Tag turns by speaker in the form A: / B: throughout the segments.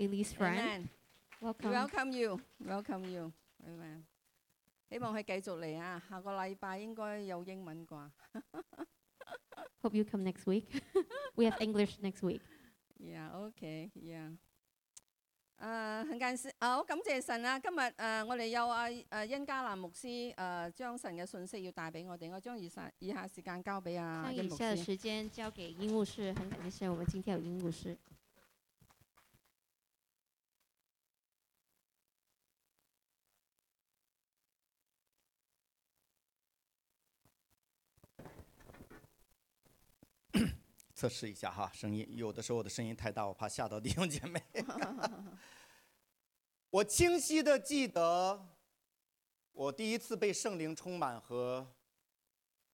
A: Elise Friend.
B: Amen.
A: Welcome.
B: Welcome you, welcome you. Amen. 希望佢繼續嚟啊！下個禮拜應該有英文啩。
A: Hope you come next week. we have English next week.
B: Yeah, OK, yeah. 誒、很感謝啊！好感謝神啊！今日誒、我哋有啊誒、恩加蘭牧師誒、將神嘅信息要帶俾我哋，我將以下以下時間交俾啊
A: 将
B: 殷
A: 以
B: 牧
A: 下的
B: 師。
A: 时间交给医务室，很感谢神，我们今天有医务室。
C: 测试一下哈，声音有的时候我的声音太大，我怕吓到弟兄姐妹。我清晰的记得，我第一次被圣灵充满和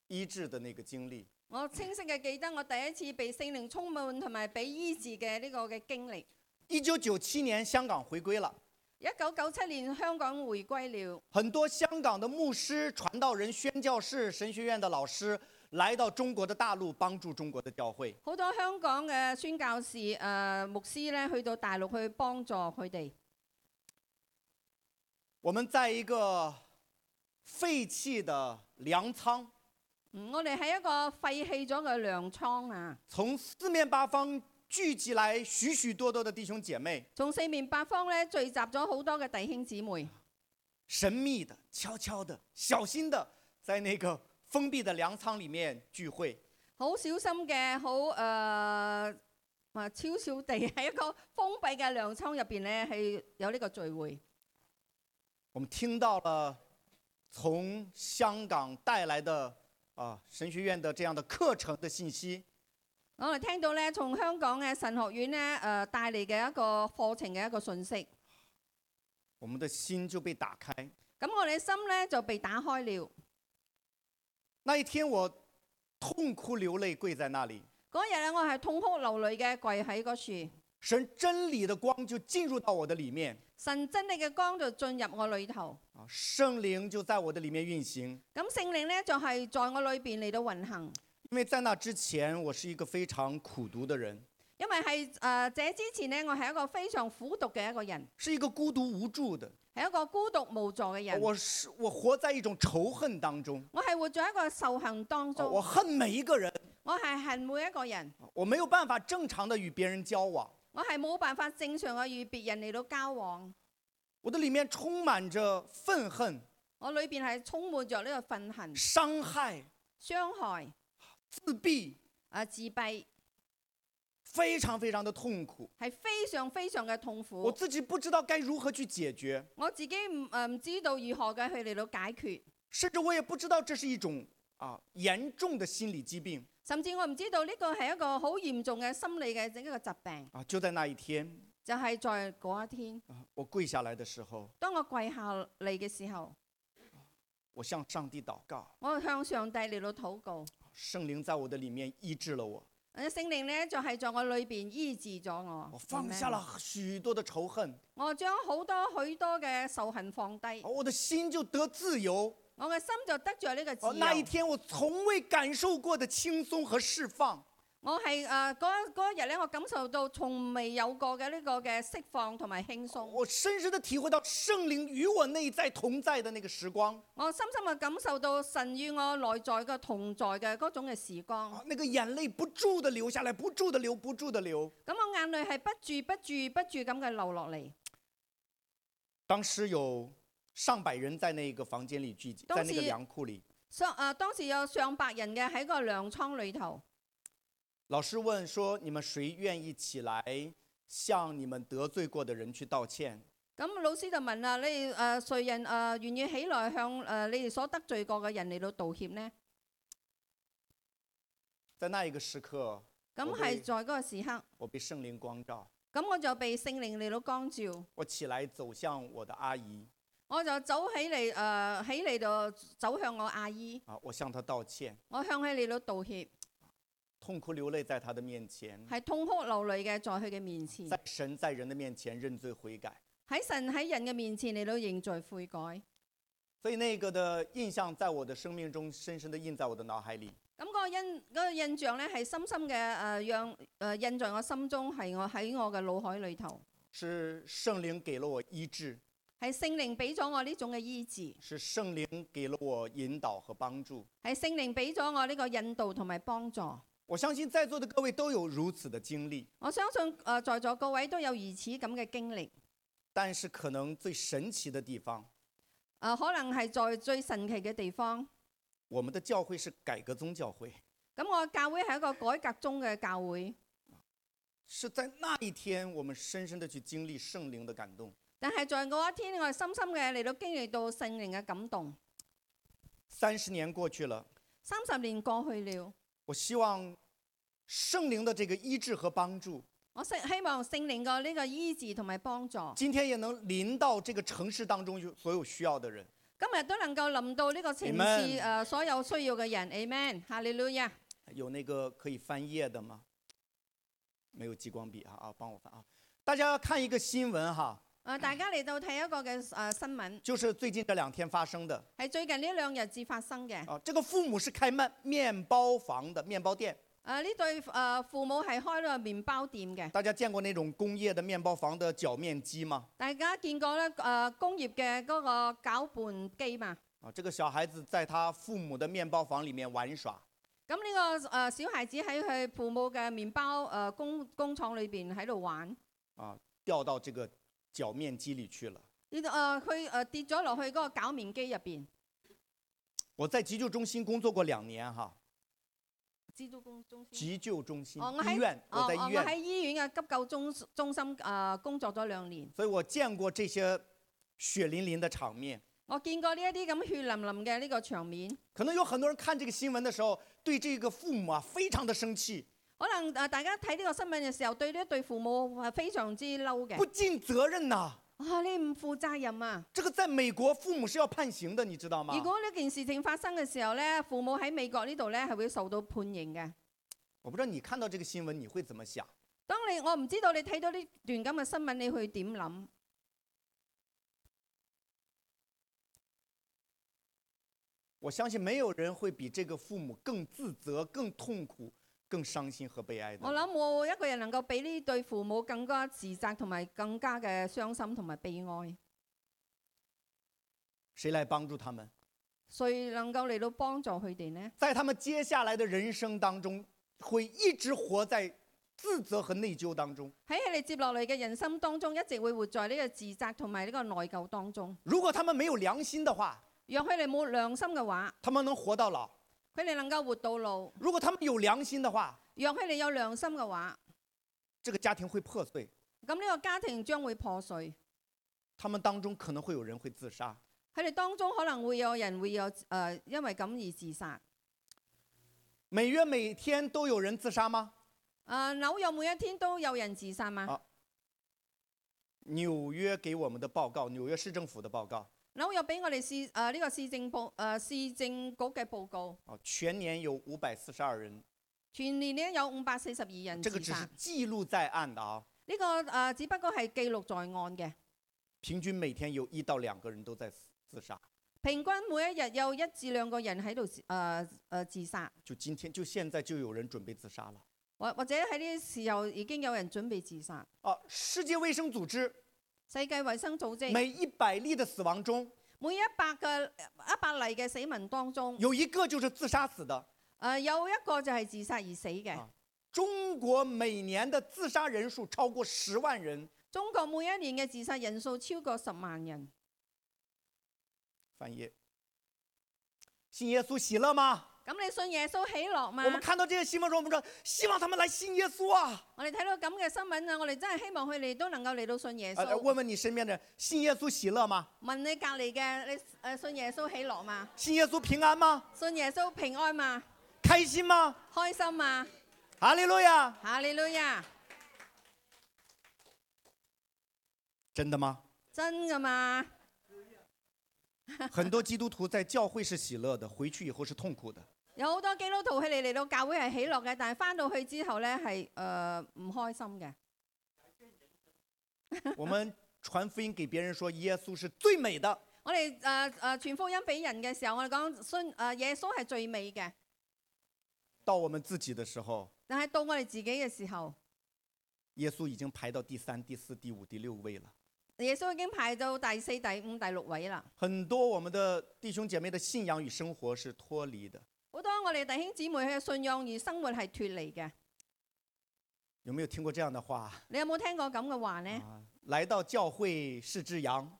C: 医治的那个经历。
B: 我清晰嘅記得我第一次被聖靈充滿同埋被醫治嘅呢個嘅經歷。
C: 一九九七年，香港回归了，
B: 一九九七年香港回歸了，
C: 很多香港的牧师、传道人、宣教士、神学院的老师来到中国的大陆，帮助中国的教会。
B: 好多香港嘅宣教士誒、牧師咧去到大陸去幫助佢哋。
C: 我们在一个废弃的粮仓，
B: 嗯我哋喺一個廢棄咗嘅糧倉啊，
C: 从四面八方聚集来许许多多的弟兄姐妹，
B: 從四面八方咧聚集咗好多嘅弟兄姊妹，
C: 神秘的、悄悄的、小心的，在那个封闭的粮仓里面聚会。
B: 好小心嘅，好誒，呃話悄悄地喺一個封閉嘅糧倉入邊咧，係有呢個聚會。
C: 我们听到了从香港带来的啊神学院的这样的课程的信息，
B: 我哋聽到咧，從香港嘅神學院咧誒、呃、帶嚟嘅一個課程嘅一個信息，
C: 我们的心就被打开。
B: 咁我哋心咧就被打開了。
C: 那一天我痛哭流泪跪在那里，
B: 嗰日咧，我係痛哭流淚嘅跪喺個樹，
C: 神真理的光就进入到我的里面
B: 神真理嘅光就進入我裏頭，
C: 啊，圣灵就在我的里面运行。
B: 咁聖靈咧就係、在我裏邊嚟到運行。
C: 因为在那之前，我是一个非常苦读的人，
B: 因為係誒、呃、這之前呢，我係一個非常苦毒嘅一個人，
C: 是一个孤独无助的。
B: 係一個孤獨無助嘅人。
C: 我是我活在一种仇恨当中，
B: 我
C: 呃
B: 係活咗一個受行當中，
C: 我恨每一个人，
B: 我係恨每一個人，
C: 我没有办法正常的与别人交往。
B: 我係冇辦法正常嘅與別人嚟到交往。
C: 我的里面充满着愤恨、
B: 我裏邊係充滿着呢個憤恨、
C: 伤害、
B: 傷害、
C: 自闭，
B: 啊自閉，
C: 非常非常的痛苦。
B: 係非常非常嘅痛
C: 我
B: 苦。
C: 自己不知道该如何去解决，
B: 我自己唔誒唔知道如何嘅去嚟到解決，
C: 甚至我也不知道这是一种啊严重的心理疾病
B: 甚至我唔知道呢個係一個好嚴重嘅心理嘅一個疾病。
C: 啊。就在那一天
B: 就係、在嗰一天，
C: 啊，我跪下来的时候，
B: 當我跪下嚟嘅時候。
C: 我向上帝祷告，
B: 我向上帝嚟到禱告，
C: 圣灵在我的里面医治了我，
B: 誒聖靈咧就係、在我裏邊醫治咗我。
C: 我放下
B: Amen，
C: 了许多的仇恨，
B: 我將好多許多嘅仇恨放低，
C: 我的心就得自由。
B: 我嘅心就得着呢個自
C: 哦，那一
B: 由。
C: 天我从未感受过的轻松和释放，
B: 我係誒嗰嗰日咧，我感受到從未有過嘅呢個嘅釋放同埋輕鬆。
C: 我深深的体会到圣灵与我内在同在的那个时光，
B: 我深深嘅感受到神與我內在嘅同在嘅嗰種嘅時光。
C: 啊，那个眼淚不住的流下来，不住的流，不住的流。
B: 咁我眼淚係不住、不住、不住咁嘅流落嚟。
C: 当时有上百人在那个房间里聚集，
B: 当
C: 在
B: 时
C: 那个粮库里。
B: 上誒、當時呃有上百人嘅喺個糧倉裏頭。
C: 老师问说：“你们谁愿意起来向你们得罪过的人去道歉
B: 咁老師就問啦：你哋誒誰人誒、呃、願意起來向誒、呃你哋所得罪過嘅人嚟到道歉呢？？”
C: 在那一个时刻，
B: 咁
C: 我
B: 係
C: 哋
B: 在嗰個時刻，
C: 我被圣灵光照，
B: 咁我就被聖靈嚟到光照，
C: 我起来走向我的阿姨
B: 我就走起嚟誒、呃起嚟就走向我阿姨，
C: 啊，我向她道歉，
B: 我向佢嚟到道歉，
C: 痛哭流泪在她的面前。
B: 係痛哭流淚嘅，在佢嘅面前，
C: 在神在人的面前认罪悔改。
B: 喺神喺人嘅面前嚟到認罪悔改。咁
C: 所以那个的印象在我的生命中深深的印在我的脑海里。
B: 嗰個印嗰、個印象咧係深深嘅誒、呃、讓誒、呃印在我心中，係我喺我嘅腦海裏頭。
C: 是圣灵给了我医治，
B: 係聖靈俾咗我呢種嘅醫治，
C: 是圣灵给了我引导和帮助。
B: 係聖靈俾咗我呢個引導同埋幫助。
C: 我相信在座的各位都有如此的经历，
B: 我相信誒、呃在座各位都有如此咁嘅經歷，誒、
C: 但是可能最神奇的地方，
B: 呃可能係在最神奇嘅地方。
C: 我们的教会是改革宗教会，
B: 咁我教會係一個改革中嘅教會，
C: 是在那一天我们深深的去经历圣灵的感动。
B: 但係在嗰一天，我係深深嘅嚟到經歷到聖靈嘅感動。
C: 三十年过去了，
B: 三十年過去了，
C: 我希望圣灵的这个医治和帮助，
B: 我希希望聖靈嘅呢個醫治同埋幫助，
C: 今天也能临到这个城市当中有所有需要的人。
B: 今日都能夠臨到呢個城市誒
C: Amen、
B: 呃所有需要嘅人。Amen，哈利路亞。
C: 有那个可以翻页的吗？没有激光笔啊啊，帮我翻啊！大家看一个新闻哈，
B: 啊！大家嚟到睇一個嘅誒、呃新聞，
C: 就是最近这两天发生的
B: 係最近呢兩日至發生嘅。
C: 啊。这个父母是开面面包房的面包店，
B: 啊！呢對誒、呃父母係開咗個麵包店嘅，
C: 大家见过那种工业的面包房的搅面机吗？
B: 大家見過咧誒、呃工業嘅嗰個攪拌機嘛？
C: 啊，这个小孩子在他父母的面包房里面玩耍，
B: 咁呢、個誒、呃小孩子喺佢父母嘅麵包誒、呃工工廠裏邊喺度玩，
C: 啊，掉到这个搅面机里去了。
B: 呢度誒佢誒跌咗落去嗰個攪麵機入邊，
C: 我在急救中心工作过两年哈，
B: 蜘蛛公中心。
C: 急救中心、
B: 嗯哦我
C: 医
B: 还
C: 院，
B: 哦
C: 我在
B: 哦
C: 医
B: 我
C: 院，
B: 喺醫院嘅急救中中心誒、呃工作咗兩年，
C: 所以我见过这些血淋淋的場面。
B: 我見過呢一啲咁血淋淋嘅呢個場面。
C: 可能有很多人看这个新闻的时候，对这个父母啊非常的生气，
B: 可能誒、呃大家睇呢個新聞嘅時候，對呢一對父母係非常之嬲嘅
C: 不。尽责任呐、
B: 啊！你唔負責任啊！
C: 这个在美国，父母是要判刑的，你知道吗
B: 如？果呢件事情發生嘅時候呢，父母喺美國呢度呢係會受到判刑嘅。
C: 我不知道你看到这个新闻你会怎么想？
B: 當你我唔知道你睇到呢段咁嘅新聞，你去點諗？
C: 我相信没有人会比这个父母更自责、更痛苦、更伤心和悲哀
B: 我
C: 的。
B: 諗冇一個人能夠比呢對父母更加自責同埋更加嘅傷心同埋悲哀。
C: 谁来帮助他们？
B: 誰能夠嚟到幫助佢哋呢？
C: 在他们接下来的人生当中，会一直活在自责和内疚当中。
B: 喺佢哋接落嚟嘅人生當中，一直會活在呢個自責同埋呢個內疚當中。
C: 如果他们没有良心的话，
B: 若佢哋冇良心嘅話，
C: 他们能活到老；
B: 佢哋能夠活到老；
C: 如果他们有良心的话，
B: 若佢哋有良心嘅話，
C: 这个家庭会破碎。
B: 咁呢個家庭將會破碎。
C: 他们当中可能会有人会自杀。
B: 佢哋當中可能會有人會有誒、呃因為咁而自殺。誒、
C: 每月每天都有人自杀吗？
B: 紐約呃每一天都有人自殺嘛？
C: 啊纽约给我们的报告，纽约市政府的报告
B: 紐約俾我哋市誒呢個市政部誒、呃市政局嘅報告，
C: 啊，全年有五百四十二人，
B: 全年呢有五百四十二人
C: 这
B: 自
C: 个只
B: 殺。
C: 是
B: 呢、
C: 记录在案的啊，
B: 個誒、呃只不過係記錄在案嘅，
C: 平均每天有一到两个人都在死自杀。
B: 平均每一日有一至兩個人喺度自誒誒自殺，
C: 就今天，就现在就有人准备自殺了
B: 或或者喺呢時候已經有人準備自殺。
C: 啊！世界卫生组织
B: 世界衞生組織
C: 每一百例的死亡中，
B: 每一百個一百例嘅死民當中，誒、
C: 有一个就是自杀死的。
B: 呃有一個就係自殺而死嘅。
C: 啊中国每年的自杀人数超过十万人。
B: 中國每一年嘅自殺人數超過十萬人。
C: 翻页，信耶稣喜乐吗？
B: 咁你信耶穌喜樂嘛
C: 我？们看到这些新闻中，我们说希望他们来信耶稣啊！
B: 我哋睇到咁嘅新聞啊，我哋真係希望佢哋都能夠嚟到信耶
C: 呃呃，
B: 穌。
C: 问问你身边的人，信耶稣喜乐吗？
B: 問你隔離嘅，你誒信耶穌喜樂嘛？
C: 信耶稣平安吗？
B: 信耶穌平安嘛？
C: 开心吗？
B: 開心嘛？
C: 哈利路亚！
B: 哈利路亞！
C: 真的吗？
B: 真噶嘛？
C: 很多基督徒在教会是喜乐的，回去以后是痛苦的。
B: 有好多基督徒佢哋嚟到教會係喜樂嘅，但係翻到去之後咧係誒呃唔開心嘅。
C: 我们传福音给别人说耶稣是最美的，
B: 我哋誒誒傳福音俾人嘅時候，我哋講信誒耶穌係最美嘅，
C: 到我们自己的时候，
B: 但係到我哋自己嘅時候，
C: 耶稣已经排到第三、第四、第五、第六位了。
B: 耶穌已經排到第四、第五、第六位啦。
C: 很多我们的弟兄姐妹的信仰与生活是脱离的，
B: 好多我哋弟兄姊妹佢嘅信仰與生活係脱離嘅。
C: 有没有听过这样的话？
B: 你有冇聽過咁嘅話呢？
C: 啊，来到教会是只羊，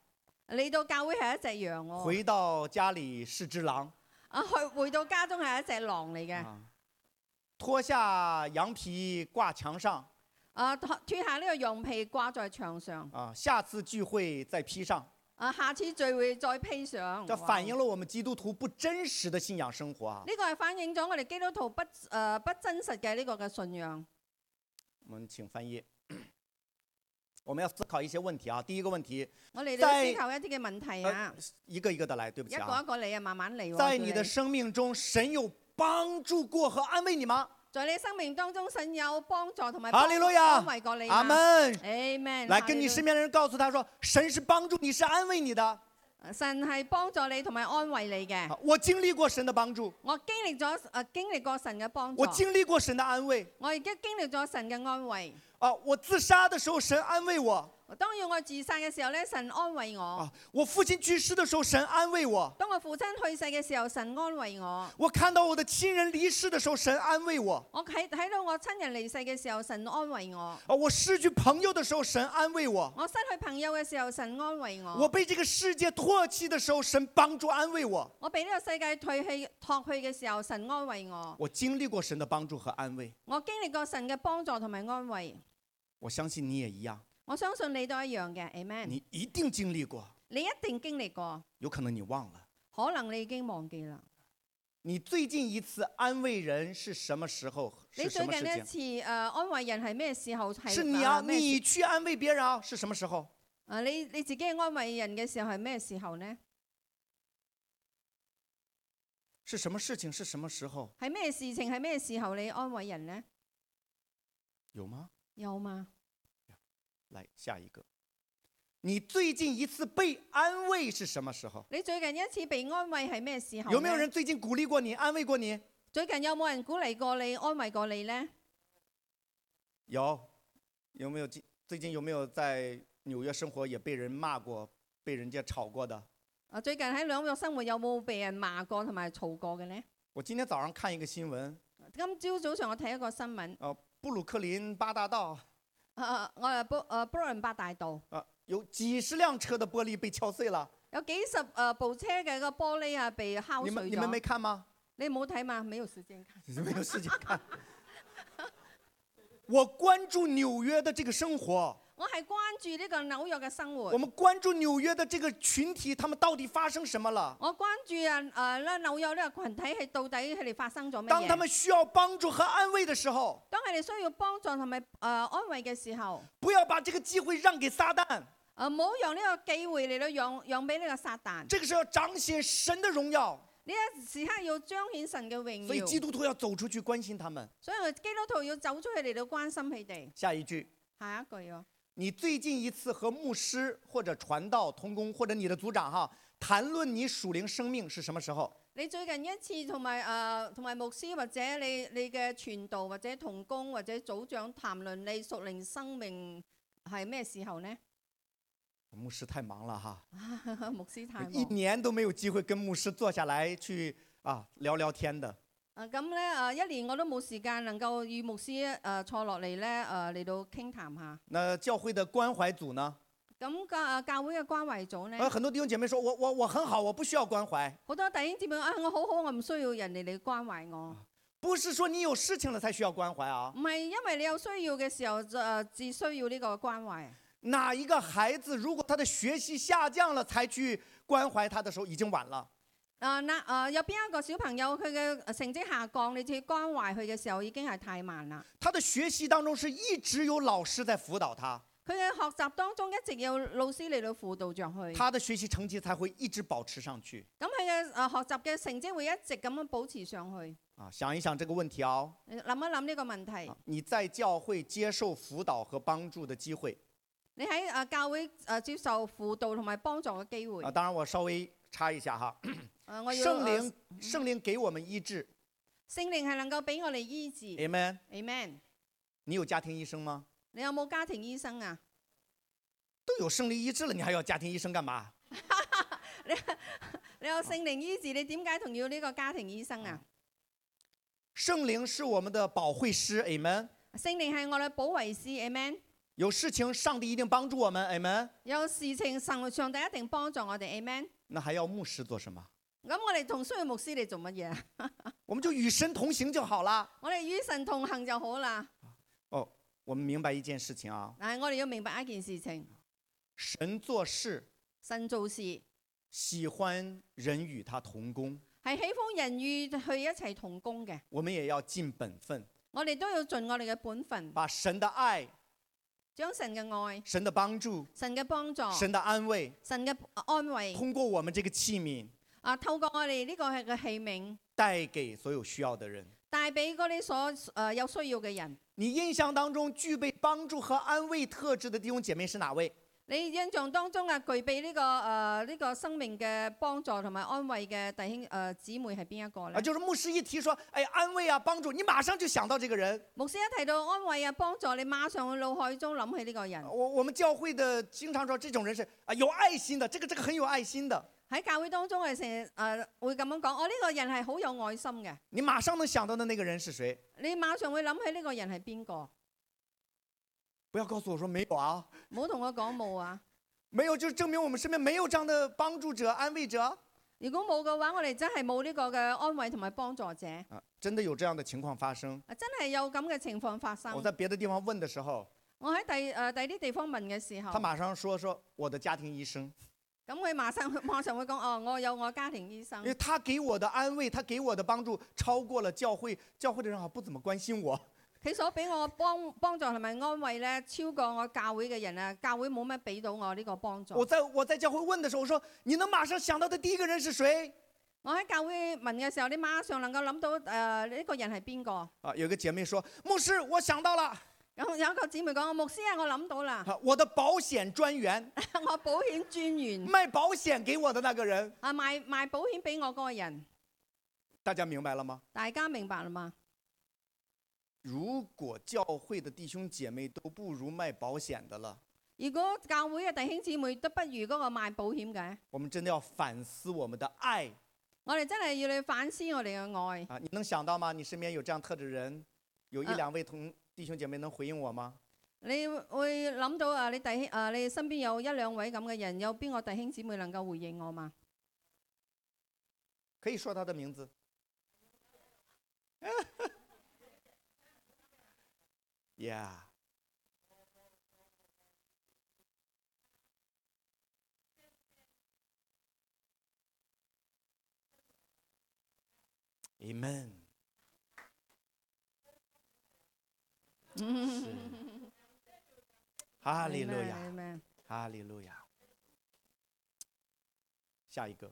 C: 啊
B: 嚟到教會係一隻羊喎、
C: 回到家里是只狼。
B: 啊去回到家中係一隻狼嚟嘅。
C: 啊，脱下羊皮挂墙上
B: 啊，脱脱下呢個羊皮掛在牆上。
C: 啊，下次聚會再披上，
B: 啊，下次聚會再披上。
C: 这
B: 哇
C: 反映了我们基督徒不真实的信仰生活啊。
B: 呢個係反映咗我哋基督徒不誒、呃不真實嘅呢個嘅信仰。
C: 我们请翻页， 我们要思考一些问题啊。第一个问题，
B: 我哋都
C: 在
B: 思考一啲嘅問題啊，
C: 一个一个的来，对不
B: 一
C: 起
B: 個
C: 啊。
B: 一個嚟啊，慢慢嚟喎。
C: 在
B: 叫
C: 你的生命中，神有帮助过和安慰你吗？
B: 在你生命當中，神有幫助同埋
C: 哈
B: 幫
C: 利路亞
B: 安慰過你嘛。啊
C: 阿门。
B: Amen。
C: 来，跟你身边的人告诉他说，神是帮助你，是安慰你的。
B: 神係幫助你同埋安慰你嘅。
C: 啊我经历过神的帮助，
B: 我經歷咗誒、呃、經歷過神嘅幫助
C: 我，经历过神的安慰。
B: 我亦都經歷咗神嘅安慰。
C: 啊，我自杀的时候，神安慰我。
B: 當要我自殺嘅時候咧，神安慰我；
C: 啊，我父亲去世的时候，神安慰我；
B: 當我父親去世嘅時候，神安慰我。
C: 我看到我的亲人离世的时候，神安慰我；
B: 我睇睇到我親人離世嘅時候，神安慰我；
C: 啊，我失去朋友的时候，神安慰我；
B: 我失去朋友嘅時候，神安慰我；
C: 我被这个世界唾弃的时候，神帮助安慰我。
B: 我俾呢個世界退去托去嘅時候，神安慰我。
C: 我經历过神的帮助和安慰，
B: 我經歷過神嘅幫助同埋安慰，
C: 我相信你也一样，
B: 我相信你都一樣嘅，amen。
C: 你一定经历过，
B: 你一定經歷過，
C: 有可能你忘了。
B: 可能你已經忘記啦。
C: 你最近一次安慰人是什么时候？
B: 你
C: 是什
B: 最
C: 么
B: 近
C: 事
B: 一
C: 情？
B: 次誒、呃安慰人係咩時候？係
C: 是你啊，
B: 呃咩時
C: 你去安慰别人啊，是什么时候？
B: 啊你你自己安慰人嘅時候係咩時候呢？
C: 是什么事情？是什么时候？
B: 係咩事情？係咩時候你安慰人呢？
C: 有吗？
B: 有嘛？
C: 来下一个，你最近一次被安慰是什么时候？
B: 你最近一次被安慰係咩時候呢？
C: 有没有人最近鼓励过你、安慰过你？
B: 最近有冇人鼓勵過你、安慰過你呢？
C: 有，有没有近最近有没有在纽约生活也被人骂过、被人家吵过的？
B: 啊，最近喺兩個生活有冇被人罵過同埋嘈過嘅呢？
C: 我今天早上看一个新闻，
B: 今朝早上我睇一個新聞，
C: 布鲁克林八大道
B: 啊我啊布啊布倫伯大道
C: 啊，有几十辆车的玻璃被敲碎了，
B: 有幾十啊部車嘅個玻璃啊被敲
C: 你
B: 碎
C: 们你们没
B: 咗。
C: 看吗？
B: 你冇睇嘛？沒有時間看。
C: 你们有事情看。 我关注纽约的这个生活，
B: 我係關注呢個紐約嘅生活
C: 我。们关注纽约的这个群体，他们到底发生什么了？
B: 我關注啊誒咧紐約呢個群體係到底佢哋發生咗乜
C: 当他
B: 嘢？
C: 们需要幫助和安慰的时候，
B: 當佢哋需要幫助同埋誒安慰嘅時候，
C: 不要把这个机会让给撒旦。
B: 誒唔好讓呢個機會嚟到讓讓俾呢個撒旦。
C: 这个时候彰显神的榮耀，
B: 呢一時刻要彰顯神嘅榮
C: 所以
B: 耀，
C: 基督徒要走出去關心他们。
B: 所以我基督徒要走出去嚟到關心佢哋。
C: 下一句，
B: 下一句喎，
C: 你最近一次和牧师或者传道同工或者你的组长哈谈论你属灵生命是什么时候？
B: 你最近一次同埋誒同埋牧師或者你你嘅傳道或者同工或者組長談論你屬靈生命係咩時候呢？
C: 牧师太忙了哈，
B: 牧師太
C: 一
B: 忙。
C: 年都没有机会跟牧师坐下来去啊聊聊天的。
B: 啊，咁咧啊，一年我都冇時間能夠與牧師誒、呃坐落嚟咧誒嚟到傾談下。
C: 那教會的關懷組呢？
B: 咁教、啊教會嘅關懷組
C: 呃，
B: 咧，
C: 很多弟兄姐妹说，我我我很好，我不需要關懷。
B: 好多弟兄姊妹啊，我好好，我唔需要人哋嚟關懷我，
C: 不是说你有事情了才需要關懷啊。
B: 唔係因為你有需要嘅時候就誒只需要呢個關懷。
C: 哪一个孩子如果他的学习下降了才去关怀他的时候，已经晚了。
B: 啊嗱啊，有邊一個小朋友佢嘅呃成績下降，你去關懷佢嘅時候已經係太慢啦。
C: 他的学习当中是一直有老师在輔导他，
B: 佢嘅學習當中一直有老師嚟到輔導着佢，咁
C: 他的学习成绩才會一直保持上去。
B: 佢嘅誒學習嘅成績會一直咁樣保持上去。
C: 啊，想一想这个问题哦。
B: 你諗一諗呢個問題。
C: 啊你在教会接受辅导和帮助的机会
B: 你喺誒教會誒接受輔導同埋幫助嘅機會。
C: 啊，当然我稍微插一下哈，
B: 誒我要
C: 圣
B: 呃
C: 灵圣灵给我们医治
B: 聖靈係能夠俾我哋醫治。
C: ，amen。
B: Amen。
C: 你有家庭医生吗？
B: 你有冇家庭醫生啊？
C: 都有生理医治了，你还要家庭医生干嘛？
B: 你有聖靈醫治，你點解仲要呢個家庭醫生啊？
C: 圣灵是我们的保惠师，amen。
B: 聖靈係我哋保惠師，amen。
C: 有事情上帝一定帮助我们，amen。
B: 有事情神上帝一定幫助我哋，amen。
C: 那还要牧师做什么？
B: 咁我哋仲需要牧師嚟做乜嘢啊？
C: 我们就与神同行就好了。
B: 我哋與神同行就好啦。
C: 我们明白一件事情啊，
B: 但係我哋要明白一件事情，
C: 神做事
B: 神做事係
C: 喜欢人与他同工，
B: 喜歡人與佢一齊同工嘅。
C: 我们也要尽本分，
B: 我哋都要盡我哋嘅本分，
C: 把神的爱、
B: 將神嘅愛、
C: 神的帮助、
B: 神嘅幫助、
C: 神的安慰，
B: 神嘅安慰
C: 通过我们这个器皿
B: 啊，透過我哋呢個嘅器皿，
C: 带给所有需要的人。
B: 帶俾嗰啲所誒、呃有需要嘅人。
C: 你印象当中具备帮助和安慰特质的弟兄姐妹是哪位？
B: 你印象當中啊，具備呢、個呃誒呢、個生命嘅幫助同埋安慰嘅弟兄誒、呃姊妹係邊一個
C: 啊，
B: 咧？
C: 就是牧师一提说，哎，安慰啊，帮助，你马上就想到这个人。
B: 牧師一提到安慰啊、幫助，你馬上腦海中諗起呢個人。
C: 我我们教会的经常说这种人是啊有爱心的，这个这个很有爱心的，
B: 喺教會當中，我哋成日誒會咁樣講，哦我、呢、個人係好有愛心嘅，
C: 你马上能想到的那个人是谁？
B: 你馬上會諗起呢個人係邊個？
C: 不要告诉我说没有啊，
B: 唔好同我講冇啊！
C: 没有就证明我们身边没有这样的帮助者、安慰者
B: 如果冇嘅話，我哋真係冇呢個嘅安慰同埋幫助者。
C: 啊，真的有这样的情况发生。
B: 啊，真係有咁嘅情況發生
C: 我。在别的地方问的时候，
B: 我喺第誒第啲地方問嘅時候，
C: 他马上说说我的家庭医生，
B: 咁佢馬上 馬上會講哦，我有我家庭醫生
C: 因。为他给我的安慰，他给我的帮助超过了教会，教会的人好像不怎么关心我。
B: 佢所俾我幫幫助同埋安慰咧，超過我教會嘅人啊，教會冇乜俾到我呢個幫助。
C: 我在我在教会问的时候，我说你能马上想到的第一个人是谁？
B: 我喺教會問嘅時候，你馬上能夠諗到誒呃呢、個人係邊個？
C: 啊，有个姐妹说，牧师，我想到了，
B: 有有一個姊妹講：牧師啊，我諗到 啦，
C: 啊我的保險專 員，
B: 我保險專員
C: 卖保險給我的那個人，
B: 啊，賣賣保險俾我嗰個人，
C: 大家明白了吗？
B: 大家明白啦嘛？
C: 如果教会的弟兄姐妹都不如卖保險的了，
B: 如果教會嘅弟兄姊妹都不如嗰個賣保險嘅，
C: 我们真的要反思我们的愛
B: 我哋真係要你反思我哋嘅愛。
C: 啊！你能想到吗？你身边有这样特质人，有一
B: 啊
C: 两位同弟兄姐妹能回应我吗？
B: 你會諗到啊，你弟兄啊，你身邊有一兩位咁嘅人，有邊個弟兄姊妹能夠回應我嘛？
C: 可以说他的名字。yeah。Amen。是哈利路亚，
B: Amen，Amen
C: 哈利路亚。下一个，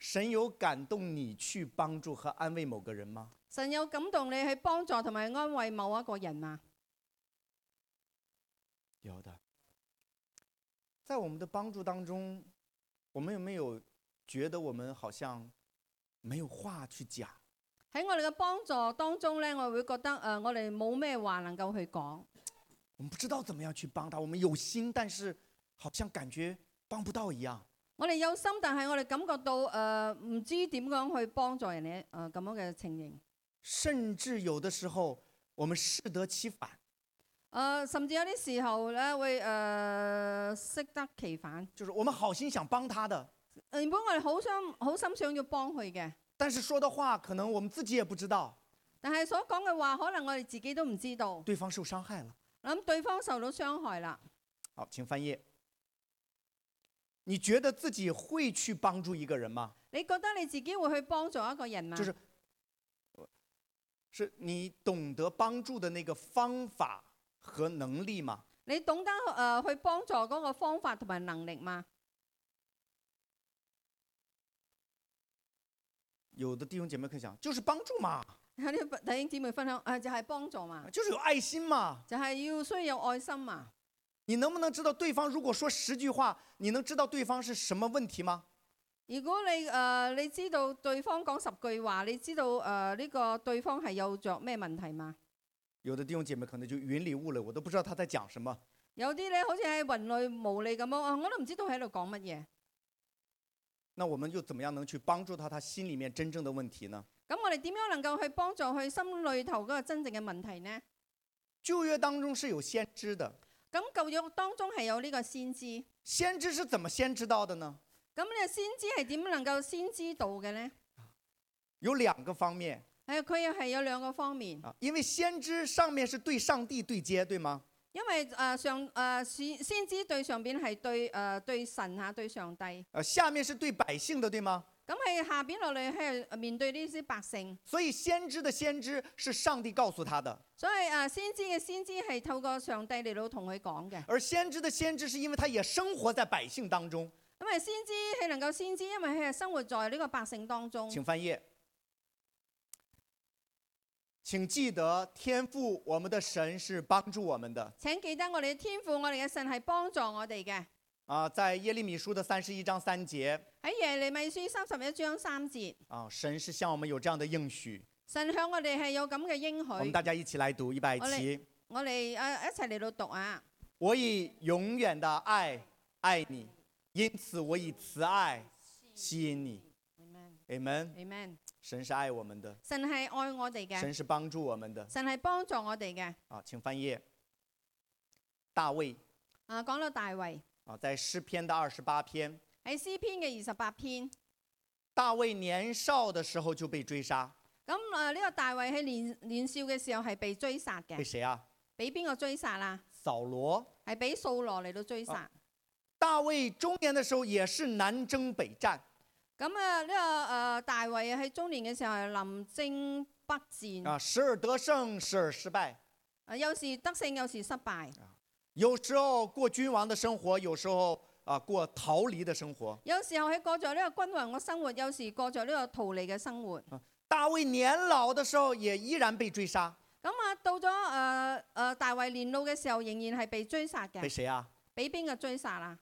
C: 神有感动你去帮助和安慰某个人吗？
B: 神有感動你去幫助同埋安慰某一個人啊嘛？
C: 有的。在我们的帮助当中，我们有没有觉得我们好像没有话去讲？
B: 喺我哋嘅幫助當中呢，我會覺得誒、呃我哋冇咩話能夠去講，
C: 我们不知道怎么样去帮他，我们有心，但是好像感觉帮不到一样。
B: 我哋有心，但係我哋感覺到誒唔、知點樣去幫助人哋誒咁樣嘅情形。誒、
C: 甚至有的时候，我们适得其反。
B: 甚至有啲時候呢，會誒、呃、適得其反。
C: 就是我们好心想帮他的，
B: 原本我哋好想好心想要幫佢嘅，
C: 但是说的话可能我们自己也不知道，
B: 但係所講嘅話，可能我哋自己都唔知道。
C: 对方受伤害了。
B: 諗對方受到傷害啦，
C: 好，请翻页。你觉得自己会去帮助一个人吗？
B: 你覺得你自己會去幫助一個人嘛？
C: 就是是你懂得帮助的那个方法和能力吗？
B: 你懂得誒、呃去幫助嗰個方法同埋能力嘛？
C: 有的弟兄姐妹可以想，就是帮助嘛，
B: 有啲弟兄姊妹分享，誒、就係、幫助嘛，
C: 就是有爱心嘛。
B: 就係、要需要有愛心啊嘛。
C: 你能不能知道对方如果说十句话，你能知道对方是什么问题吗？
B: 如果你誒、呃你知道呃對方講十句話，你知道誒呢、個對方係有着咩問題嘛？
C: 有的弟兄姐妹可能就云里雾里，我都不知道他在讲什么。
B: 有啲咧好似喺雲裏無理咁樣，啊我都唔知道喺度講乜嘢。
C: 那我们又怎么样能去帮助他他心里面真正的问题呢？
B: 咁我哋點樣能夠去幫助佢心裏頭嗰個真正嘅問題呢？
C: 旧约當中是有先知的，
B: 咁舊約當中係有呢個先知，咁
C: 先知是怎么先知道的呢？
B: 呢個先知係點能夠先知道嘅呢？
C: 有两个方面
B: 係佢又係有兩個方面，
C: 啊，因为先知上面是对上帝对接，对吗？
B: 因為誒、呃上誒、呃先先知對上邊係對誒、呃、對神啊對上帝，
C: 呃，下面是對百姓的，对吗？
B: 咁係下邊落嚟係面對呢啲百姓，
C: 所以先知的先知是上帝告诉他的，
B: 所以誒、呃先知嘅先知係透過上帝嚟到同佢講嘅。
C: 而先知的先知是因为他也生活在百姓当中。
B: 因啊為先知佢能夠先知，因為佢係生活在呢個百姓當中。
C: 请翻页，请记得天赋我们的神是帮助我们的
B: 請記得我哋嘅天父，我哋嘅神係幫助我哋嘅。
C: 啊，在耶利米书的三十一章三节
B: 喺耶利米書三十一章三節，
C: 啊，神是向我们有这样的应许。
B: 神向我哋係有咁嘅應
C: 我们
B: 許。
C: 大家一起来读一百七。
B: 我哋誒一齊嚟到讀啊！
C: 我以永远的爱爱你，因此我以慈爱吸引你。Amen。
B: Amen。
C: 神是爱我们的，
B: 神係愛我哋嘅，
C: 神是帮助我们的
B: 神係幫助我哋嘅。
C: 啊，请翻页。大卫
B: 啊，講到大衛
C: 啊，在诗篇的二十八篇，
B: 喺詩篇嘅二十八篇，
C: 大卫年少的时候就被追杀，
B: 咁誒呢個大衛喺年年少嘅時候係被追殺
C: 被
B: 嘅，
C: 谁啊？
B: 俾邊個追殺啊？
C: 扫罗。
B: 係俾掃羅嚟到追
C: 啊
B: 殺。
C: 大卫中年的时候也是南征北战，
B: 咁啊呢個誒、呃大衛喺中年嘅時候係臨征北戰，
C: 啊，时而得胜，时而失败，
B: 啊有時得勝，有時失敗，
C: 啊有时候过君王的生活，有时候啊过逃离的生活。
B: 有時候係過咗呢個君王嘅生活，有時過咗呢個逃離嘅生活。
C: 大卫年老的时候也依然被追杀，
B: 咁啊到咗誒誒大衛年老嘅時候，仍然係被追殺
C: 被
B: 嘅，
C: 谁啊？
B: 俾邊個追殺啊？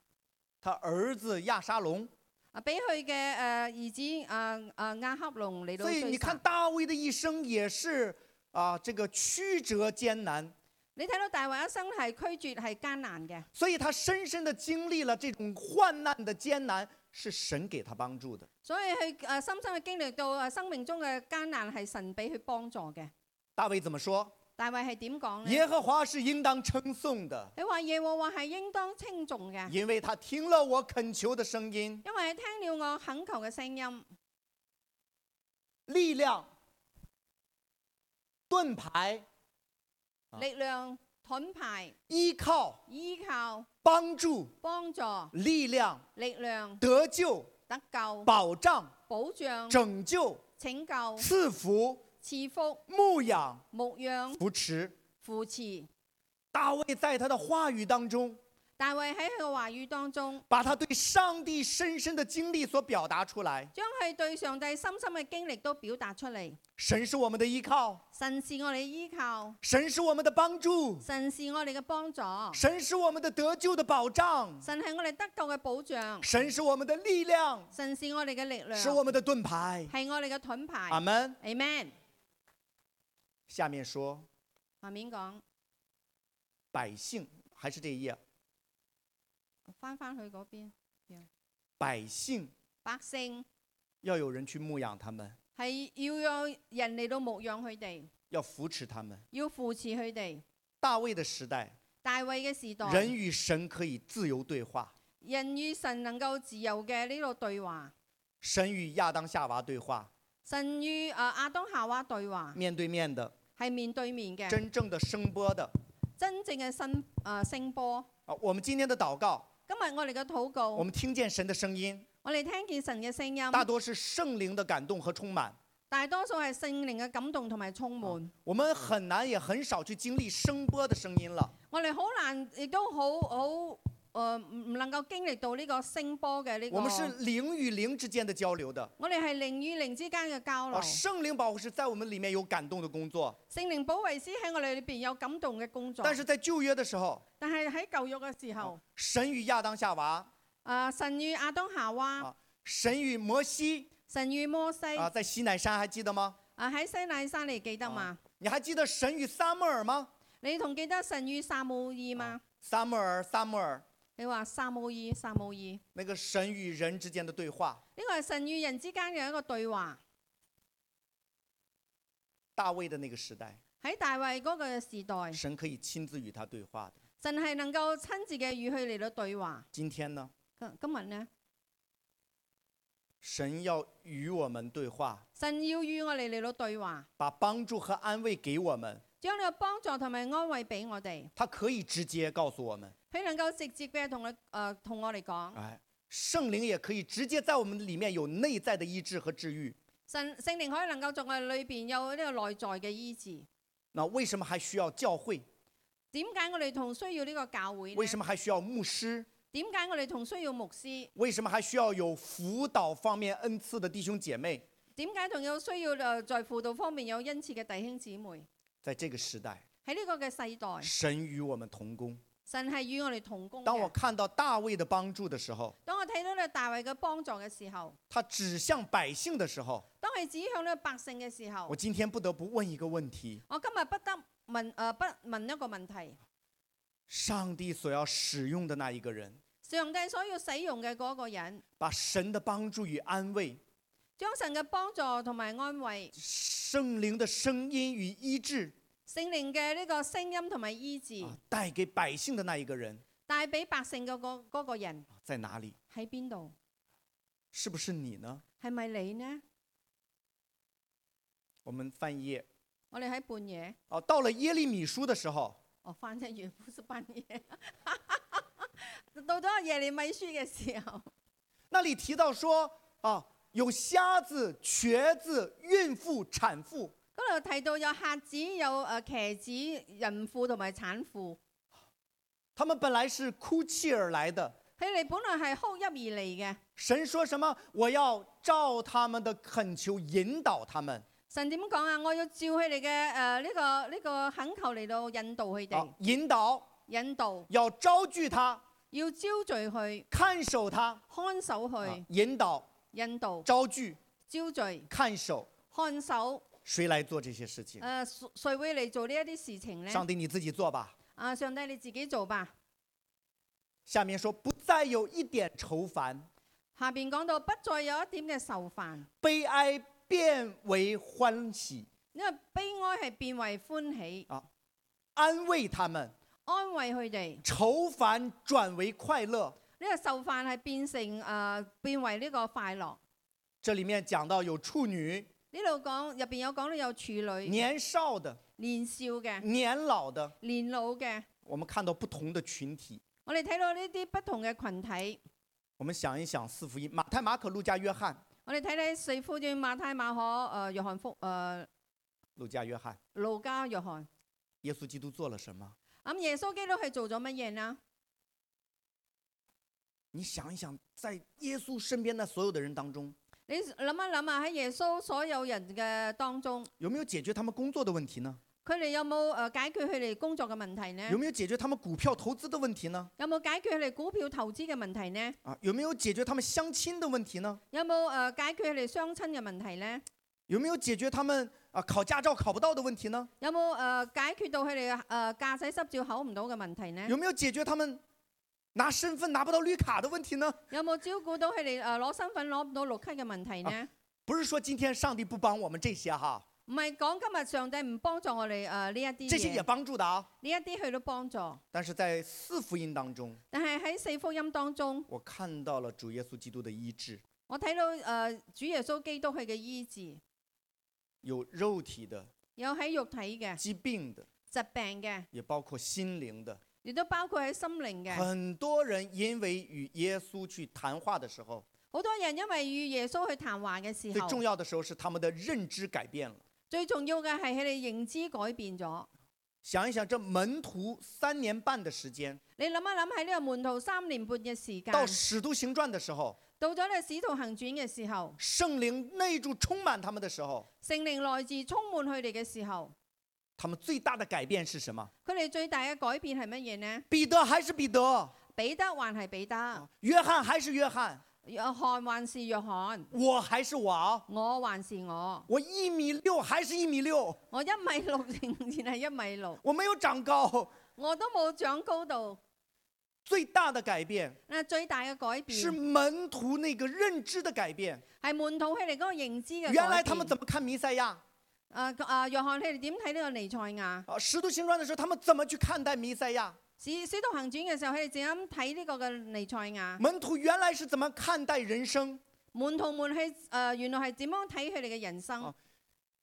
C: 他儿子亚沙龙。
B: 啊俾佢嘅誒兒子誒誒、呃亞克龍嚟到
C: 所以你
B: 追
C: 看
B: 殺。
C: 大卫的一生也是啊，这个曲折艰难，
B: 你睇到大衛一生係拒絕係艱難嘅，
C: 所以他深深的经歷了这种患难的艰难，是神给他帮助的。
B: 所以佢誒、呃深深嘅經歷到誒生命中嘅艱難係神俾佢幫助嘅。
C: 大卫怎么说？
B: 大衛係點講呢？
C: 耶和华是应当称颂的。
B: 你話耶和華係應當稱重嘅，
C: 因为他听了我恳求的声音，
B: 因為聽了我懇求嘅聲音，
C: 力量、盾牌、啊
B: 力量、盾牌、
C: 依靠、
B: 依靠、
C: 帮助、
B: 幫助、
C: 力量、
B: 力量、
C: 得救、
B: 得救、
C: 保障、
B: 保障、
C: 拯救、
B: 拯救、
C: 赐福、
B: 賜福、
C: 牧养、
B: 牧養、
C: 扶持。
B: 扶持。
C: 大卫在他的话语当中，
B: 大衛喺佢嘅話語當中，
C: 把他对上帝深深的经历所表达出来。
B: 將佢對上帝深深嘅經歷都表達出嚟。
C: 神是我们的依靠，
B: 神是我哋依靠，
C: 神是我们的帮助，
B: 神是我哋嘅幫助，
C: 神是我们的得救的保障，
B: 神係我哋得救嘅保障，
C: 神是我们的力量，
B: 神是我哋嘅力量，
C: 是我们的盾牌。
B: 係我哋嘅盾牌。
C: 阿门。
B: Amen。
C: 下面说
B: 下面講。
C: 百姓，还是这一页，
B: 翻翻去嗰邊，
C: 百姓
B: 百姓
C: 要有人去牧养他们，
B: 係要有人嚟到牧養佢哋，
C: 要扶持他们。
B: 要扶持佢哋。
C: 大卫的时代，
B: 大衛嘅時代，
C: 人
B: 人
C: 与神可以自由对话，
B: 與神能夠自由嘅呢度對話，
C: 神与亚当夏娃对话，
B: 神與啊亞當夏娃對話，
C: 面对面的，
B: 係面對面嘅，
C: 真正的声波的。
B: 真正嘅聲啊聲波。
C: 啊，我们今天的祷告，
B: 今日我哋嘅禱
C: 我
B: 告，
C: 们听见神的声音，
B: 我哋聽見神嘅聲音，
C: 大多是圣灵的感动和充满。
B: 大多數係聖靈嘅感動同埋充滿。
C: 我们很难也很少去經歷聲波的聲音了。
B: 我哋好難，亦都好好誒，呃唔唔能夠經歷到呢個聲波嘅呢個。
C: 我们是灵与灵之间的交流的。
B: 我哋係靈與靈之間嘅交流
C: 啊，。聖靈保护是在我们里面有感動的工作，
B: 聖靈保惠師喺我哋裏邊有感動嘅工作。
C: 但是在舊約的時候，
B: 但係喺舊約嘅時候，
C: 神與亞當夏娃，
B: 啊、神與亞當夏
C: 啊
B: 娃，
C: 神與摩西
B: 神與摩西，
C: 啊，
B: 啊
C: 在西乃山還記得嗎？
B: 喺西奈山你記得嘛？
C: 你还记得神与撒母耳吗？啊
B: 你仲記得神與撒母耳嘛？
C: 撒母耳，撒母耳，
B: 你話撒母耳，撒母耳，呢
C: 那个神与人之间的对话。
B: 個係神與人之間嘅一個對話。
C: 大卫的那个时代，
B: 喺大衛嗰個時代，
C: 神可以親自與他對話的。
B: 神係能夠親自嘅與佢嚟到對話。
C: 今天呢，
B: 今今日呢，
C: 神要與我們對話，
B: 神要與我哋嚟到對話，
C: 把幫助和安慰給我們。
B: 將呢個幫助同埋安慰俾我哋。
C: 他可以直接告訴我们，
B: 佢能夠直接嘅同我誒同我哋講，
C: 哎，圣灵也可以直接在我们里面有內在的醫治和治愈。
B: 神聖靈可以能夠在我哋裏邊有呢個內在嘅醫治。
C: 那為什麼還需要教會？
B: 點解我哋同需要呢個教會呢？
C: 為什麼還需要牧師？
B: 點解我哋同需要牧師？
C: 為什麼還需要有輔導方面恩賜的弟兄姐妹？
B: 點解仲有需要誒在輔導方面有恩賜嘅弟兄姊妹？
C: 在這個時代，
B: 喺呢個嘅世代，
C: 神與我們同工。
B: 神係與我哋同工
C: 當我
B: 嘅。
C: 看到大衛的幫助的時候，
B: 當我睇到咧大衛嘅幫助嘅時候，
C: 他指向百姓的時候，
B: 當佢指向咧百姓嘅時候
C: 我，今天不得不問一個問題：
B: 我今日不得問誒、呃不問一個問題：
C: 上帝所要使用的那一個人，
B: 上帝所要使用嘅嗰個人，
C: 把神的幫助與安慰、
B: 將神嘅幫助同埋安慰、
C: 圣灵的聲音與醫治
B: 聖靈嘅呢個聲音同埋醫治，
C: 啊，帶給百姓的那一個人
B: 帶俾百姓嘅嗰嗰個人
C: 啊在哪裡？
B: 喺邊度？
C: 是不是你呢？
B: 係咪你呢？
C: 我們翻一頁
B: 我哋喺半夜，
C: 哦，到了耶利米書的時候，
B: 我翻一月不是半夜， 到咗耶利米書嘅時候，
C: 那裡提到說啊，有瞎子、瘸子、孕婦、產婦，
B: 嗰度提到有瞎子、有誒騎子、孕婦同埋產婦，
C: 他們本來是哭泣而來的，
B: 佢哋本來係哭泣而嚟嘅。
C: 神说什么？我要照他们的恳求引导他们，
B: 神點講啊？我要照佢哋嘅誒呢個呢、個懇求嚟到引導佢哋
C: 啊，，引導
B: 引導
C: 要招聚他，
B: 要招聚佢、
C: 看守他，
B: 看守
C: 啊
B: 佢、
C: 引導、
B: 引導、
C: 招聚、
B: 招聚、
C: 看守，
B: 看守。呃
C: 谁来做这些事情
B: 誒、？誰誰會嚟做呢一啲事情呢？
C: 上帝你自己做吧。
B: 啊，上帝你自己做吧。
C: 下面说，不再有一点愁烦，
B: 下邊講到不再有一點嘅愁煩，
C: 悲哀变为欢喜，
B: 因為悲哀係變為歡喜，
C: 安慰他们，
B: 安慰佢哋。呢、
C: 愁烦转为快乐。
B: 個受犯係變成誒、呃、變為呢個快樂。
C: 这里面講到有處女、
B: 呢度講入邊有講到有處女、
C: 年少的、
B: 年少嘅、
C: 年老的，
B: 年老嘅。
C: 我们看到不同的群体。
B: 我哋睇到呢啲不同嘅群體，
C: 我们想一想四福音：马太、马可、路加、约翰。
B: 我哋睇睇四福音、馬太、馬可、誒、呃約翰福、誒、
C: 路加、约翰，
B: 路加、約翰。
C: 耶穌基督做了什么？
B: 咁耶穌基督係做咗乜嘢呢？
C: 你想一想，在耶穌身邊的所有的人當中，
B: 你諗一諗啊，喺耶穌所有人嘅當中，
C: 有沒有解決他们工作的問題呢？
B: 佢哋有冇誒、呃解決佢哋工作嘅問題呢？
C: 有沒有解決他们股票投資的問題呢？
B: 有冇解決佢哋股票投資嘅問題呢？
C: 啊，有沒有解決他们相親的問題呢？
B: 有冇誒、呃解決佢哋相親嘅問題呢？
C: 有沒有解決他们啊考駕照考不到的問題呢？
B: 有冇誒、呃解決到佢哋誒駕駛執照考唔到嘅問題呢？
C: 有沒有解決他们拿身份拿不到綠卡的問題呢？
B: 有冇照顧到佢哋誒攞身份攞唔到綠卡嘅問題呢？
C: 不是說今天上帝不幫我们这些哈，
B: 唔係講今日上帝唔幫助我哋誒呢一啲
C: 这些也
B: 嘢，
C: 幫助的啊。
B: 呢一啲佢都幫助。
C: 但是在四福音當中，
B: 但係喺四福音當中，
C: 我看到了主耶穌基督的醫治，
B: 我睇到誒、呃主耶穌基督佢嘅醫治，
C: 有肉體的、
B: 有喺肉體嘅
C: 疾病的。
B: 疾病嘅，
C: 也包括心灵的。
B: 亦都包括喺心靈嘅。
C: 很多人因为与耶稣去谈话的时候，
B: 好多人因為與耶穌去談話嘅時
C: 最
B: 候
C: 重。要的时候是他们的认知改变了。
B: 最重要嘅係佢哋認知改變咗。
C: 想一想，这门徒三年半的时间，
B: 你諗一諗喺呢個門徒三年半嘅時間，
C: 到《使徒行傳》的时候，
B: 到咗你使徒行傳嘅時候，
C: 圣靈内住充满他们的时候，
B: 聖靈來自充滿佢哋嘅時候，
C: 他们最大的改变是什么？
B: 佢哋最大嘅改變係乜嘢呢？
C: 彼得还是彼得，哦
B: 彼得還係彼得，
C: 约翰还是约翰，
B: 約翰還是約翰，
C: 我还是我，啊
B: 我還是我，
C: 我一米六还是一米六，
B: 我一米六仍然係一米六，
C: 我没有长高。
B: 我都冇長高度。
C: 最大的改变
B: 啊，最大嘅改變
C: 是门徒那个认知的改变。
B: 係門徒佢哋嗰個認知嘅改變。
C: 原来他们怎么看弥赛亚
B: 啊啊，約翰佢哋點睇呢個尼賽亞？
C: 啊？使徒行传的时候，他们怎么去看待弥赛亚？
B: 使使徒行傳嘅時候，佢哋點樣睇呢個嘅尼賽亞？
C: 门徒原来是怎么看待人生？
B: 門徒們係誒，原來係點樣睇佢哋嘅人生？
C: 啊